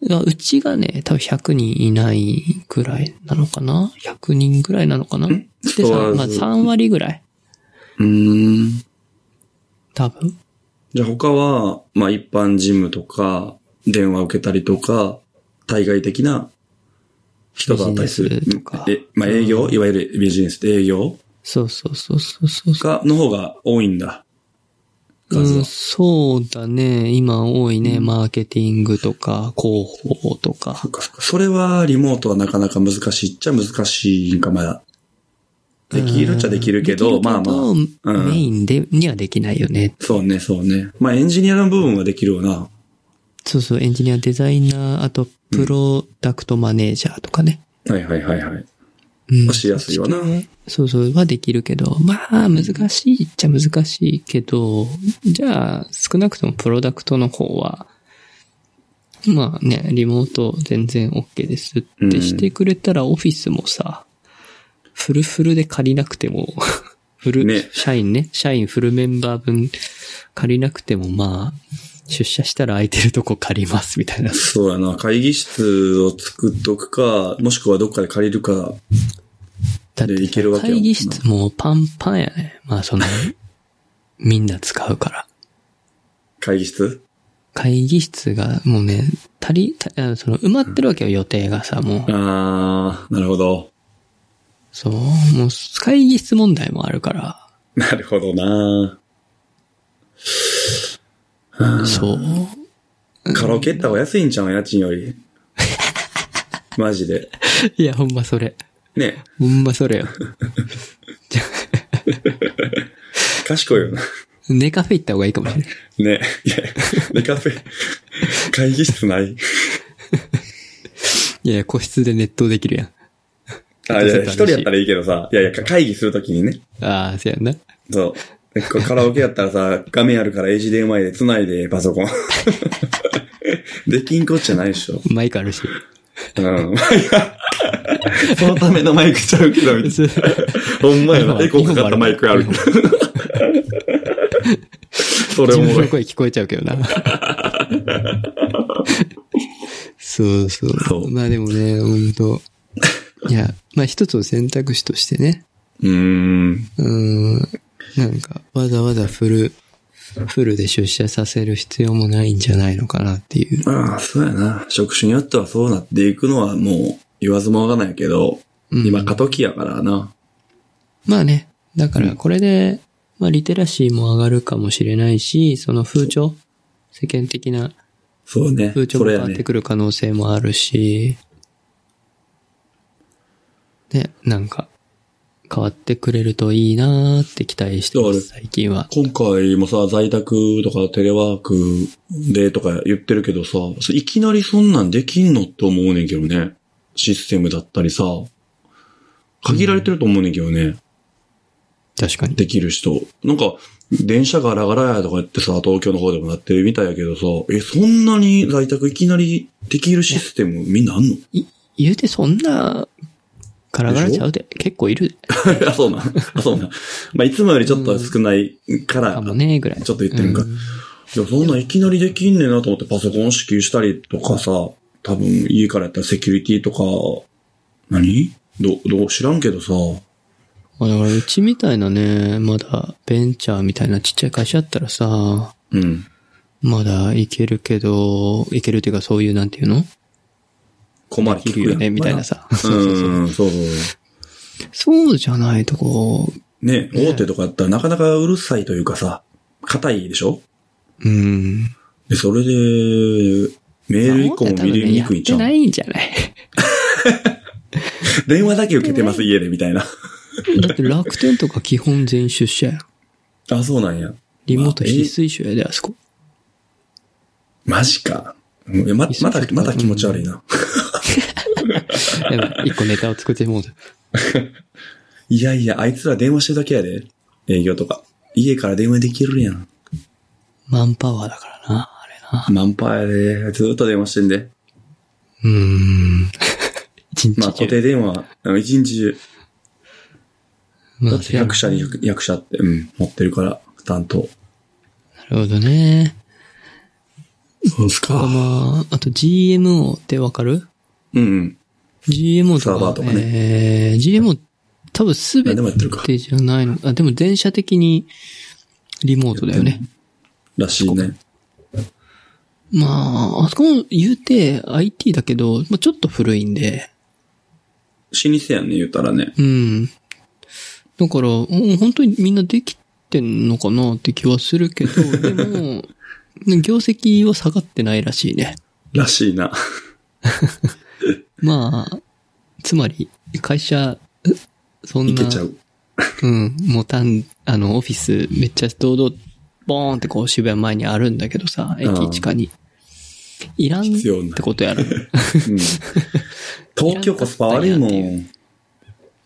ねいや。うちがね、多分100人いないぐらいなのかな ?100 人ぐらいなのかなでストアーさ、ズまあ3割ぐらい。うーん。多分。じゃあ他は、まあ一般事務とか、電話受けたりとか、対外的な人と会ったりするビジネスとか。え、まあ営業、いわゆるビジネス営業そうそうそうそうそう。が、の方が多いんだ。数うはん、。そうだね。今多いね。マーケティングとか、広報とかそ。っかそっかそれはリモートはなかなか難しいっちゃ難しいんか、まだ。できるっちゃできるけど、できまあるけまどあ。うメん。インで、にはできないよね。そうね、そうね。まあエンジニアの部分はできるよな。そうそう、エンジニア、デザイナー、あと、プロダクトマネージャーとかね。はいはいはいはい。うんまあしやすいわな。そうそう、はできるけど、まあ、難しいっちゃ難しいけど、じゃあ、少なくともプロダクトの方は、まあね、リモート全然 OK ですっうんてしてくれたら、オフィスもさ、フルフルで借りなくても、フル、ね社員ね、社員フルメンバー分借りなくても、まあ、出社したら空いてるとこ借ります、みたいな。そうやな。会議室を作っとくか、もしくはどっかで借りるか。だってでいけるわけよ会議室もパンパンやね。まあその、みんな使うから。会議室会議室がもうね、足り、たあのその埋まってるわけよ、予定がさ、もう。あー、なるほど。そう、もう会議室問題もあるかなるほどなら。そう。カラオケ行った方が安いんちゃう家賃よ り。マジで。いや、ほんまそれ。ね。ほんまそれよ。賢いよな。ネカフェ行った方がいいかもしれない。ね。いや、ネカフェ、会議室ない。いやいや、個室でネットできるやん。あ、いや、一人やったらいいけどさ。いやいや、会議するときにね。ああ、そうやんな。そう。でこれカラオケやったらさ、画面あるから HDMI で繋いで、パソコン。できんこっちゃないでしょ。マイクあるし。うん。 そのためのマイクちゃうけど、みたいな。ほんまやな。エコーかかったマイクある。それ自おも分ろのい。声聞こえちゃうけど な。そうそう。そうまあでもね、本当いや、まあ一つの選択肢としてね、うーん。うーん、なんかわざわざフル、フルで出社させる必要もないんじゃないのかなっていう。まあ、そうやな。職種によってはそうなっていくのはもう言わずもがないけど、うん今過渡期やからな。まあね、だからこれで、まあリテラシーも上がるかもしれないし、その風潮、世間的なそうね風。潮そもれ変やわっねて。くる可能性もあるし、ね、なんか、変わってくれるといいなーって期待してま、そうですす最近は。今回もさ、在宅とかテレワークでとか言ってるけどさ、そういきなりそんなんできんのって思うねんけどね。システムだったりさ、限られてると思うねんけどね。確かに。できる人。なんか、電車ガラガラやとか言ってさ、東京の方でもなってるみたいやけどさ、え、そんなに在宅いきなりできるシステムみんなあんの い、言うてそんな、ガラガラちゃうで、結構いるあ、そうなん。あ、そうなん。まあ、いつもよりちょっと少ないから、かもちね、ぐらい。 ょっと言ってるんか。ういや、そんなんいきなりできんねんなと思ってパソコン支給したりとかさ、多分家からやったらセキュリティとか、何ど、どう知らんけどさ、まあだから、うちみたいなね、まだ、ベンチャーみたいなちっちゃい会社だったらさ、うん。まだいけるけど、いけるっていうかそういう、なんていうの困りい聞くるやんよね、みたいな。さ。そうそうそう。うん、そうそう。そうじゃないとこね、大手とかだったらなかなかうるさいというかさ、硬いでしょう、うん。で、それで、メール以降も見れにくいじゃん。まあ多分ねやってないんじゃない 電話だけ受けてます、家で、みた いな。だって楽天とか基本全出社やん。あ、そうなんや。リモート非推奨やで、あそこ。マジか。うんえま、まだ、まだ気持ち悪いな。やばい一個ネタを作ってもうたいやいや、あいつら電話してるだけやで。営業とか。家から電話できるやん。マンパワーだからな、あれな。マンパーやで。ずっと電話してんで。うー ん。一日中。まあ、固定電話、うん一日中。まあだって役者に役役者って、うん、持ってるから、担当。なるほどね。そうすまあ。まあ、あと GMO ってわかるうんうん。 ?GMO とか。サーバーとかね。えー、GMO 多分すべ何でもやってるかてじゃないの。あ、でも全社的にリモートだよね。らしいね。まあ、あそこも言うて IT だけど、まあ、ちょっと古いんで、老舗やんね、言ったらね。うん。だから、もう本当にみんなできてんのかなって気はする けど、でも、業績は下がってないらしいね。らしいな。まあ、つまり、会社、そんいな、けちゃう。うん、もうたん、あの、オフィスめっちゃ堂々、ボーンってこう渋谷前にあるんだけどさ、駅地下に。いらんっ必要ないてことやろ。 うん東京コスパ悪いもん。う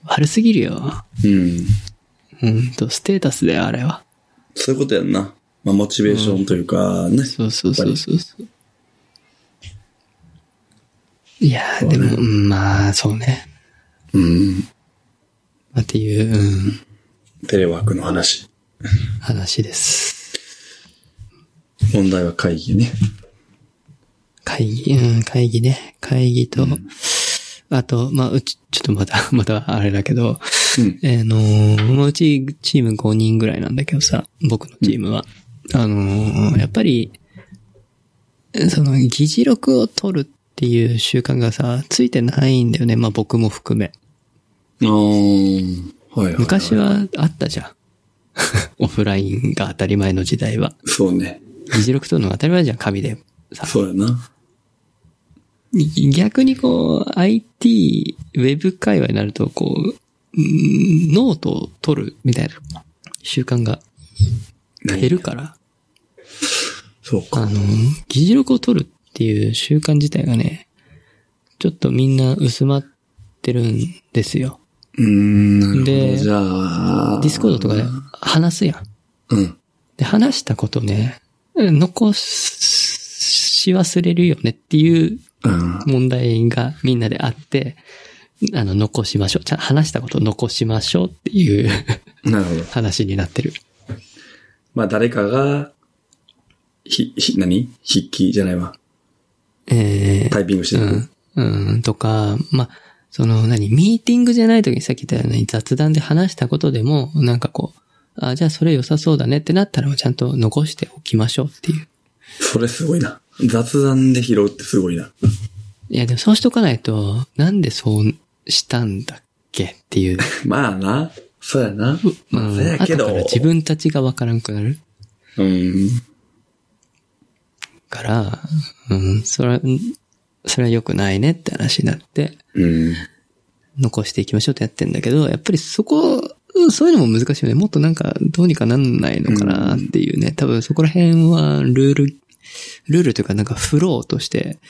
悪すぎるよ。ん。うんと、ステータスだよ、あれは。そういうことやんな。まあ、モチベーションというか、ね。そうそうそうそうそう。いやー、でも、うんまあ、そうね。うん。まあっていう、うんテレワークの話。話です。問題は会議ね。会議、うん、会議ね。会議と、あと、まあ、うち、ちょっとまた、 またあれだけど、うん。えーのーまあうちチーム5人ぐらいなんだけどさ、僕のチームは。あのーやっぱり、その、議事録を取るっていう習慣がさ、ついてないんだよね。まあ僕も含め。あーはいはい、はい。昔。はあったじゃん。 オフラインが当たり前の時代は。そうね。議事録取るのが当たり前じゃん、紙で。さそうやな。逆にこう、IT、ウェブ界隈になると、こう、うんノートを取るみたいな習慣が減るから、そうあか。の、議事録を取るっていう習慣自体がね、ちょっとみんな薄まってるんですよ。うーん、なるほど。でじゃあ。ディスコードとかで話すやん。うん。で、話したことね、残し忘れるよねっていううん。問題がみんなであって、あの、残しましょう。ちゃん話したことを残しましょうっていう なるほど。話になってる。まあ誰かが、ひ、ひ、何筆記じゃないわ。えタイピングしてー、る。うん、うん、とか、ま、その、何、ミーティングじゃない時にさっき言ったように雑談で話したことでも、なんかこう、あ、じゃあそれ良さそうだねってなったらちゃんと残しておきましょうっていう。それすごいな。雑談で拾うってすごいな。 いや、でもそうしとかないと、なんでそうしたんだっけっていう。まあな。そうやな。う まあ、そやん、け後かど。ら自分たちがわからんくなるうん。から、うん、それは、うんそれは良くないねって話になって、うん。残していきましょうってやってんだけど、やっぱりそこ、うんそういうのも難しいよね。もっとなんか、どうにかなんないのかなっていうね。多分そこら辺は、ルール、ルールというかなんかフローとして、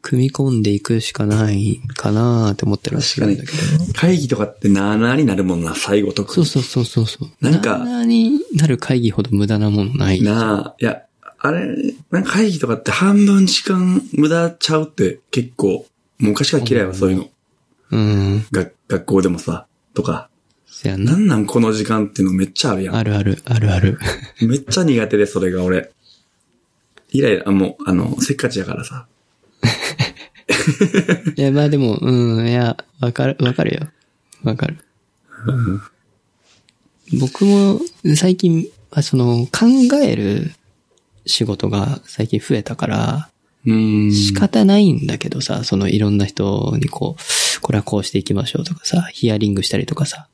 組み込んでいくしかないかなって思ったりはするんだけど。会議とかってなあなあになるもんな、最後特そうに。そうそうそうそう。なんかあになる会議ほど無駄なものない。なあ、いや、あれ、なんか会議とかって半分時間無駄ちゃうって結構、昔から嫌いはそういうの。うん。が学校でもさ、とか。そやんななんなんこの時間っていうのめっちゃあるやあるある、あるある。ん。めっちゃ苦手で、それが俺。イライラ、あもう、あの、せっかちやからさ。いや、まあでも、うん、いや、わかる、わかるよ。わかる。僕も最近、あその、考える仕事が最近増えたから、うん。仕方ないんだけどさ、そのいろんな人にこう、これはこうしていきましょうとかさ、ヒアリングしたりとかさ、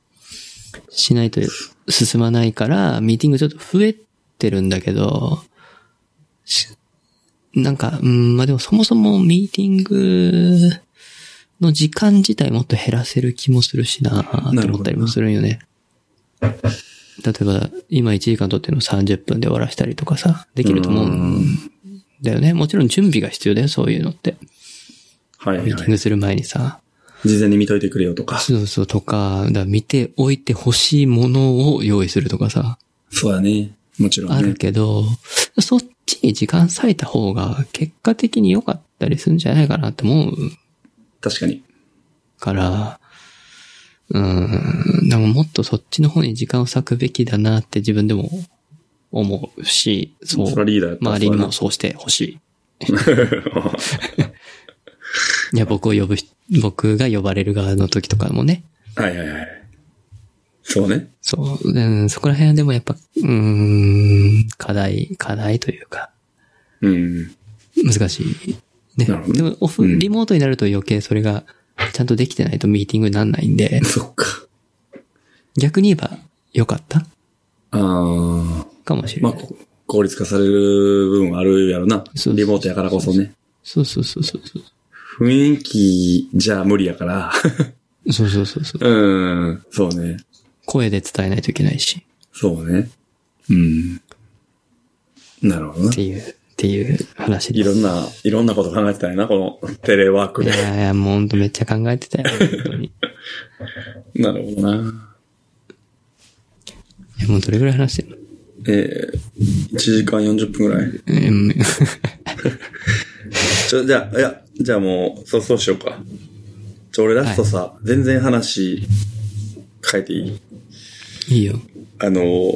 しないと進まないから、ミーティングちょっと増えてるんだけど、しなんか、うん、まあ、でもそもそもミーティングの時間自体もっと減らせる気もするしななとる思ほどなったりもするんよね。例えば、今1時間取ってるの30分で終わらしたりとかさ、できると思うんだよね。もちろん準備が必要だよ、そういうのって。はいはいミーティングする前にさ。事前に見といてくれよとか。そうそうとか、だから見ておいてほしいものを用意するとかさ、そうだね。もちろあんるね。けど、そっちに時間割いた方が結果的に良かったりするんじゃないかなって思う確かに。から、うん、でももっとそっちの方に時間を割くべきだなって自分でも思うし、そう、そらリーダーやったら周りにもそそうしてほしい。いや、僕を呼ぶ人、僕が呼ばれる側の時とかもね、うだ ねはいはいはい。そうね。そう、うん、そこら辺はでもやっぱ、うーん、課題、課題というか、うん。難しい。ね。なるほどでも、オフ、うんリモートになると余計それが、ちゃんとできてないとミーティングになんないんで、そっか。逆に言えば、良かったああ。かもしれまなあ、い。こ効率化される部分はあるやろな。そうリモートやからこそね。そうそうそうそうそう。雰囲気じゃ無理やから。そうそうそうそう。うん。そうね。声で伝えないといけないし、そうね。うん。なるほどなっ。ていう、っていう話いです。ろんな、いろんなこと考えてたよな、このテレワークいで。やいや、もうほんとめっちゃ考えてたよ、本当に。い なるほどな。や、もうどれぐらい話してるのえー、1時間40分ぐらい。うん、 ちょ、じゃあ、いや、じゃあもう、そう、そうしようか。ちょ、俺ラストさ、全然話、変えていいいいよ。あの、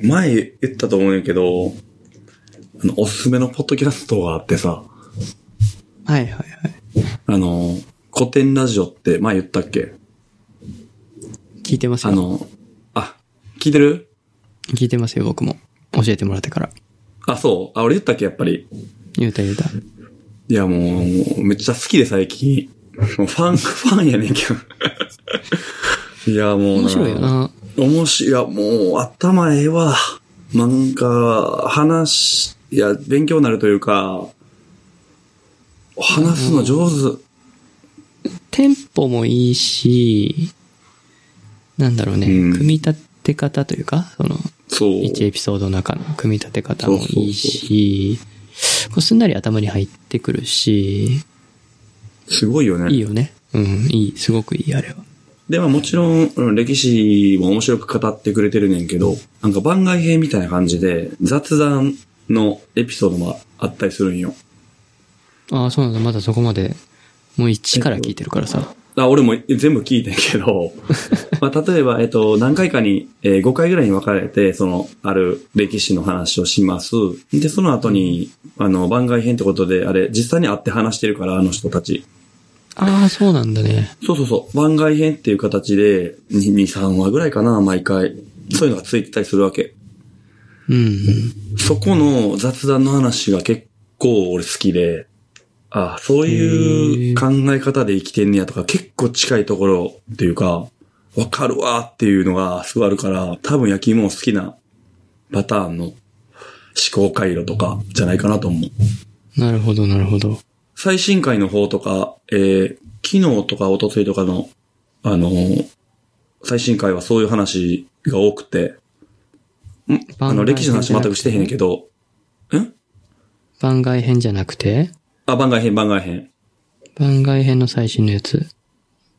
前言ったと思うんやけど、あの、おすすめのポッドキャストがあってさ、はいはいはい。あの、古典ラジオって前言ったっけ聞いてますよ。あの、あ、聞いてる聞いてますよ、僕も。教えてもらってから。あ、そう。あ、俺言ったっけやっぱり。言うた言うた。いや、もう、めっちゃ好きで最近。 もうファン、ファンやねんけど。い や、もう面白いよ。な。面白い。いや、もう、頭ええわ。なんか、話、いや、勉強になるというか、話すの上手。テンポもいいし、なんだろうね、うん組み立て方というか、その、そう。 1エピソードの中の組み立て方もいいし、こうすんなり頭に入ってくるし、すごいよね。いいよね。うん、いい、すごくいい、あれは。で、まあもちろん、うん歴史も面白く語ってくれてるねんけど、なんか番外編みたいな感じで、雑談のエピソードもあったりするんよ。ああ、そうなんだ、まだそこまで、もう一から聞いてるからさ。あ俺も全部聞いてんけど、まあ、例えば、えっと、何回かに、えー5回ぐらいに分かれて、その、ある歴史の話をします。で、その後に、あの、番外編ってことで、あれ、実際に会って話してるから、あの人たち。ああ、そうなんだね。そうそうそう。番外編っていう形で、2、3話ぐらいかな、毎回。そういうのがついてたりするわけ。うんうん。そこの雑談の話が結構俺好きで、あそういう考え方で生きてんねやとか、結構近いところっていうか、わかるわっていうのがすごいあるから、多分焼き芋好きなパターンの思考回路とかじゃないかなと思う。なるほど、なるほど。最新回の方とか、えー昨日とか一昨日とかの、あのー最新回はそういう話が多くて、んあの、歴史の話全くしてへんねんけど、ん番外編じゃなくて、あ、番外編、番外編。番外編の最新のやつ。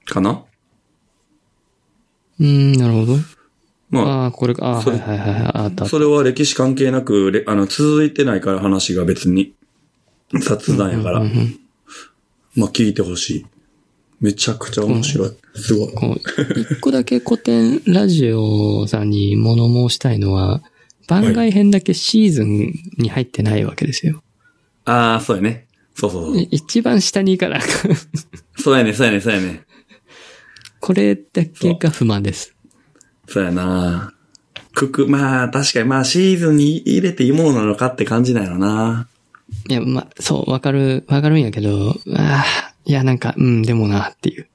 かなうーん、なるほど。まああ、これか。ああ、そはれいはいはいはい。あったあ、。それは歴史関係なく、れあの、続いてないから話が別に。雑談やから。うんうんうんまあ、聞いてほしい。めちゃくちゃ面白い。すごい。こう、一個だけ古典ラジオさんに物申したいのは、番外編だけシーズンに入ってないわけですよ。ああ、そうやね。そうそうそう。一番下に行かなあかん そうやね、そうやね、そうやね。これだけが不満です。そうやな。くく、まあ、確かに、まあ、シーズンに入れていいものなのかって感じなんやろな。いや、ま、そう、わかる、わかるんやけど、ああ、いや、なんか、うん、でもな、っていう。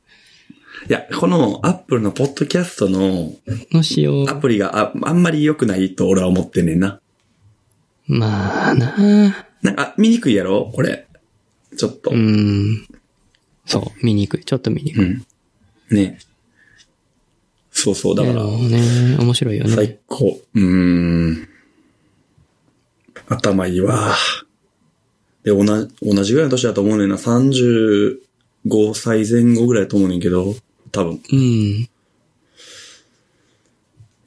いや、この、アップルのポッドキャストのの使用。アプリがああんまり良くないと俺は思ってんねんな。まあなあ。なんか、あ見にくいやろこれ。ちょっと。うん。そう、見にくい。ちょっと見にくい。うん。ね。そうそう、だかならる、ほどね、面白いよね。最高。うーん。頭いいわ。で、同じ、同じぐらいの年だと思うねんな。35歳前後ぐらいだと思うねんけど、多分。うん。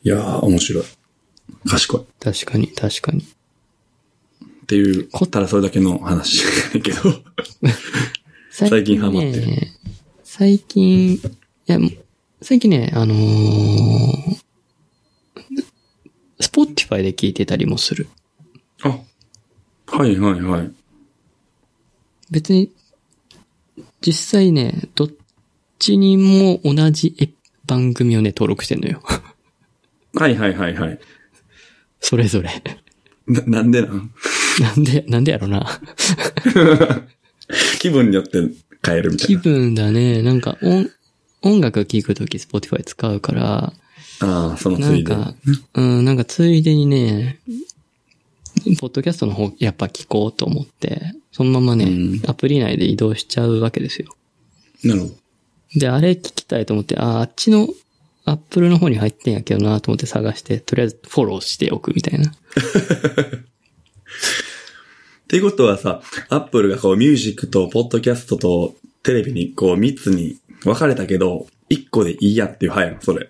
いやー、面白い。賢い。確かに、確かに。っていう、こったらそれだけの 話だけど。最近ハマってるね最近、いや、もう最近ね、あのー、スポティファイで聞いてたりもする。あ、はいはいはい。別に、実際ね、どっちにも同じえ番組をね、登録してんのよ。 はいはいはいはい。それ ぞれ。な、なんでなんなんで、なんでやろな。気分によって変えるみたい気な。分だね。なんか、音、音楽聴くとき Spotify 使うから、ああ、そのつなんいで。か、うん、なんかついでにね、ポッドキャストの方やっぱ聞こうと思って、そのままね、うんアプリ内で移動しちゃうわけですよ。なるほど。で、あれ聞きたいと思って、ああ、あっちのアップルの方に入ってんやけどなと思って探して、とりあえずフォローしておくみたいな。っていうことはさ、アップルがこうミュージックとポッドキャストとテレビにこう3つに分かれたけど、1個でいいやっていう派やん、そ れ。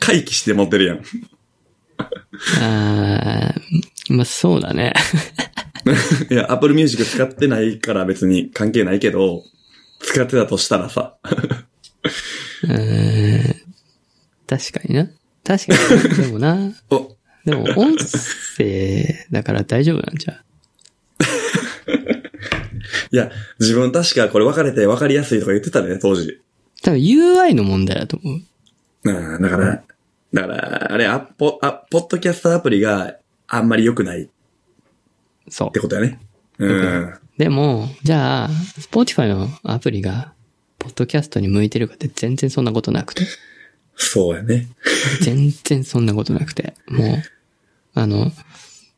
回帰して持ってるやん。ああ、まあそうだね。いや、アップルミュージック使ってないから別に関係ないけど、使ってたとしたらさ。うん、確かにな。確かに。でもな。お、でも音声だから大丈夫なんじゃういや、自分確かこれ分かれて分かりやすいとか言ってたね、当時。多分 UI の問題だと思う。うん、だから、だから、あれ、アッポ、あ、ポッドキャストアプリがあんまり良くないっそうて。ことやね。うん。でも、じゃあ、Spotify のアプリが、ポッドキャストに向いてるかって全然そんなことなくて。そうやね。全然そんなことなくて。もう、あの、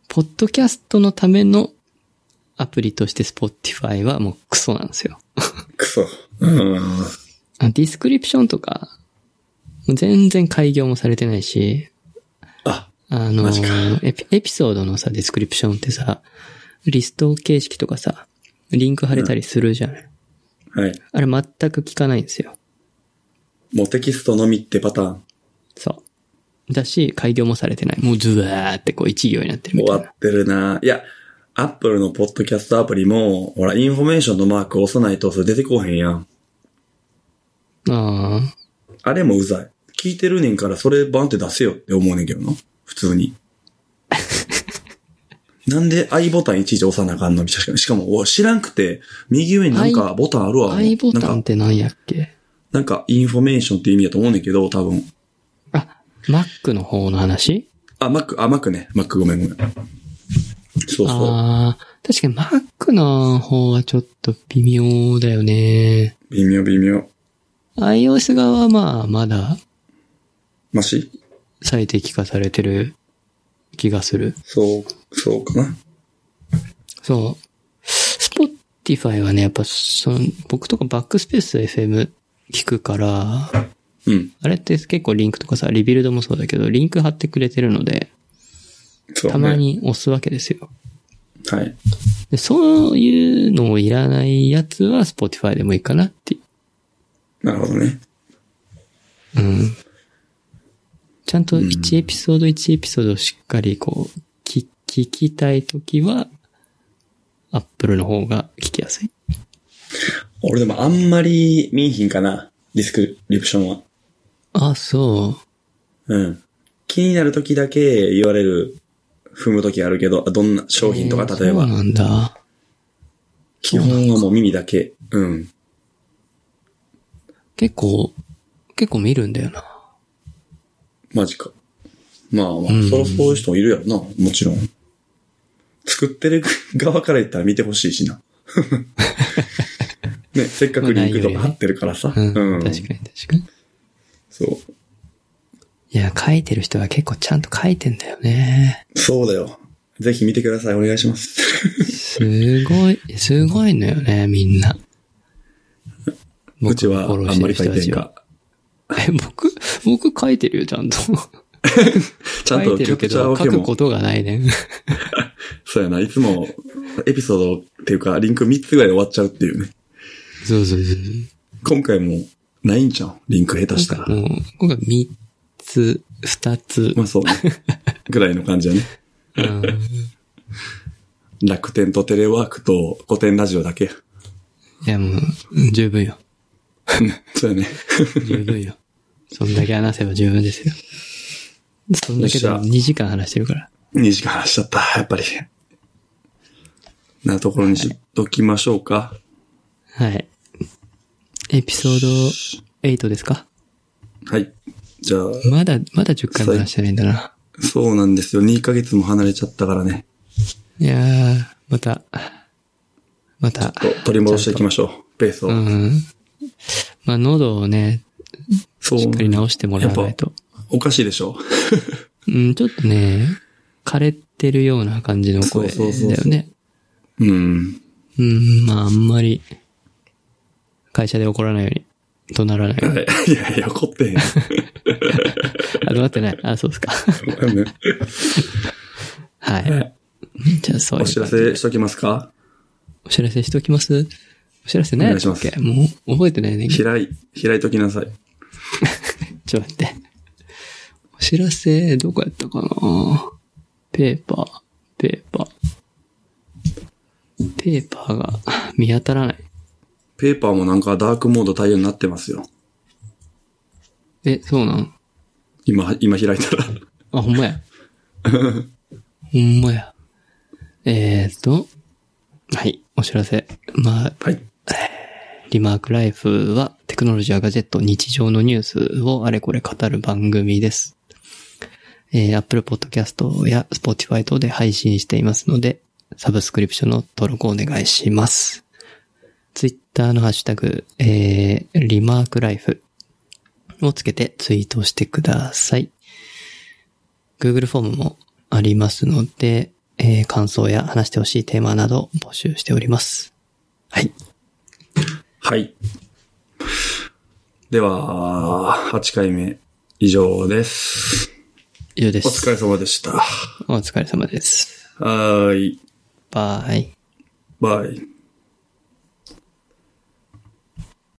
ポッドキャストのためのアプリとして Spotify はもうクソなんですよ。くそ。うん。あディスクリプションとか、もう全然開業もされてないし、あ、あのマジか、エピエピソードのさ、ディスクリプションってさ、リスト形式とかさ、リンク貼れたりするじゃん。はい。あれ全く聞かないんですよ。もうテキストのみってパターン。そう。だし、開業もされてない。もうズワーってこう一行になってるみ終たわいな。ってるな。いや、アップルのポッドキャストアプリも、ほら、インフォメーションのマーク押さないと、それ出てこへんやん。ああ。あれもうざい。聞いてるねんから、それバンって出せよって思うねんけどな。普通 に。なんで i ボタンいちいち押さなあかんのしかもしかも、お知らんくて、右上になんかボタンあるわ。 i ボタなンんっか、てなんやっけなんかインフォメーションって意味だと思うねんけど、多分。あ、Mac の方の話あ、Mac、あ、Mac ね。Mac ごめんごめん。そうそう。ああ、確かに Mac の方はちょっと微妙だよね。微妙微妙。 iOS 側はまあ、まだマシ最適化されてる気がする。そう、そうかな。そう。Spotify はね、やっぱその、僕とかバックスペース FM 聞くから、うん。あれって結構リンクとかさ、リビルドもそうだけど、リンク貼ってくれてるので、そう、ね。たま。に押すわけですよ。はい。でそういうのをいらないやつは Spotify でもいいかなって。なるほどね。うん。ちゃんと1エピソード1エピソードをしっかりこう、聞聞きたいときは、Apple の方が聞きやすい。俺でもあんまり見んひんかな。ディスクリプションは。あ、そうん。気になる時だけ言われる、踏む時あるけど、どんな商う。品とか、うん例えばそう。なんだ。基本はもう耳だけ。うん。結構、結構見るんだよな。マジか。まあまあ、うんそろそういう人もいるやろな。もちろん。作ってる側から言ったら見てほしい しな。ね、せっかくリンクとか貼ってるからさ。うん。うん。確かに確かに。そう。いや、書いてる人は結構ちゃんと書いてんだよね。そうだよ。ぜひ見てください。お願いします。すごい、すごいのよね、みんな。うちはあ僕のフォローんしてまるり書人いたてんちはか。え、僕、僕書いてるよ、ちゃん と。ちゃん書といてキャるけプチャーど、を書けくもこ。とがない ね。そうやな。いつも、エピソードっていうか、リンク3つぐらいで終わっちゃうっていうね。そうそうそう。今回も、ないんちゃうリンク下手したら。もう、今回3つ、2つ。まあ そうね。ぐらいの感じやね。うん楽天とテレワークと古典ラジオだけや。 いや、もう、十分よ。そうやね。 十分よ。 そんだけ話せば十分ですよ。そんだけでよっしゃ2時間話してるから。 2時間話しちゃった。やっぱり。なところにしときましょうか。はい。エピソード8ですかはい。じゃあ、まだ、まだ10回も話してないんだな。そうなんですよ。2ヶ月も離れちゃったからね。いやー、また、また、と取り戻していきましょう。ペースを。うん。まあ、喉をね、そう。しっかり治してもらわないと。おかしいでしょうん、ちょっとね、枯れてるような感じの声だそうそうそうよそね。うん。うん、まあ、あんまり、会社で怒らないように、怒鳴らないように。いやいや、怒ってへん。あ、怒鳴ってない。あ、そうですか。 はい。じゃあ、そういうお知らせしときますかお知らせしておきますお知らせないやったっけお願いしもう、覚えてないね。ちょ、開い、開いときなさい。待って。お知らせ、どこやったかなペーパー、ペーパー。ペーパーが見当たらない。ペーパーもなんかダークモード対応になってますよ。え、そうなん今、今開いたら。あ、ほんまや。 ほんまや。えーと、はい、お知らせ。まあ、はい。リマークライフはテクノロジーやガジェット、日常のニュースをあれこれ語る番組です。えー Apple Podcast や Spotify 等で配信していますので、サブスクリプションの登録をお願いします。Twitter のハッシュタグ、えー、リマークライフをつけてツイートしてください。Google フォームもありますので、えー感想や話してほしいテーマなど募集しております。はい。はい。では、8回目以上です。以上です。お疲れ様でした。お疲れ様です。はーい。バイ。バイ。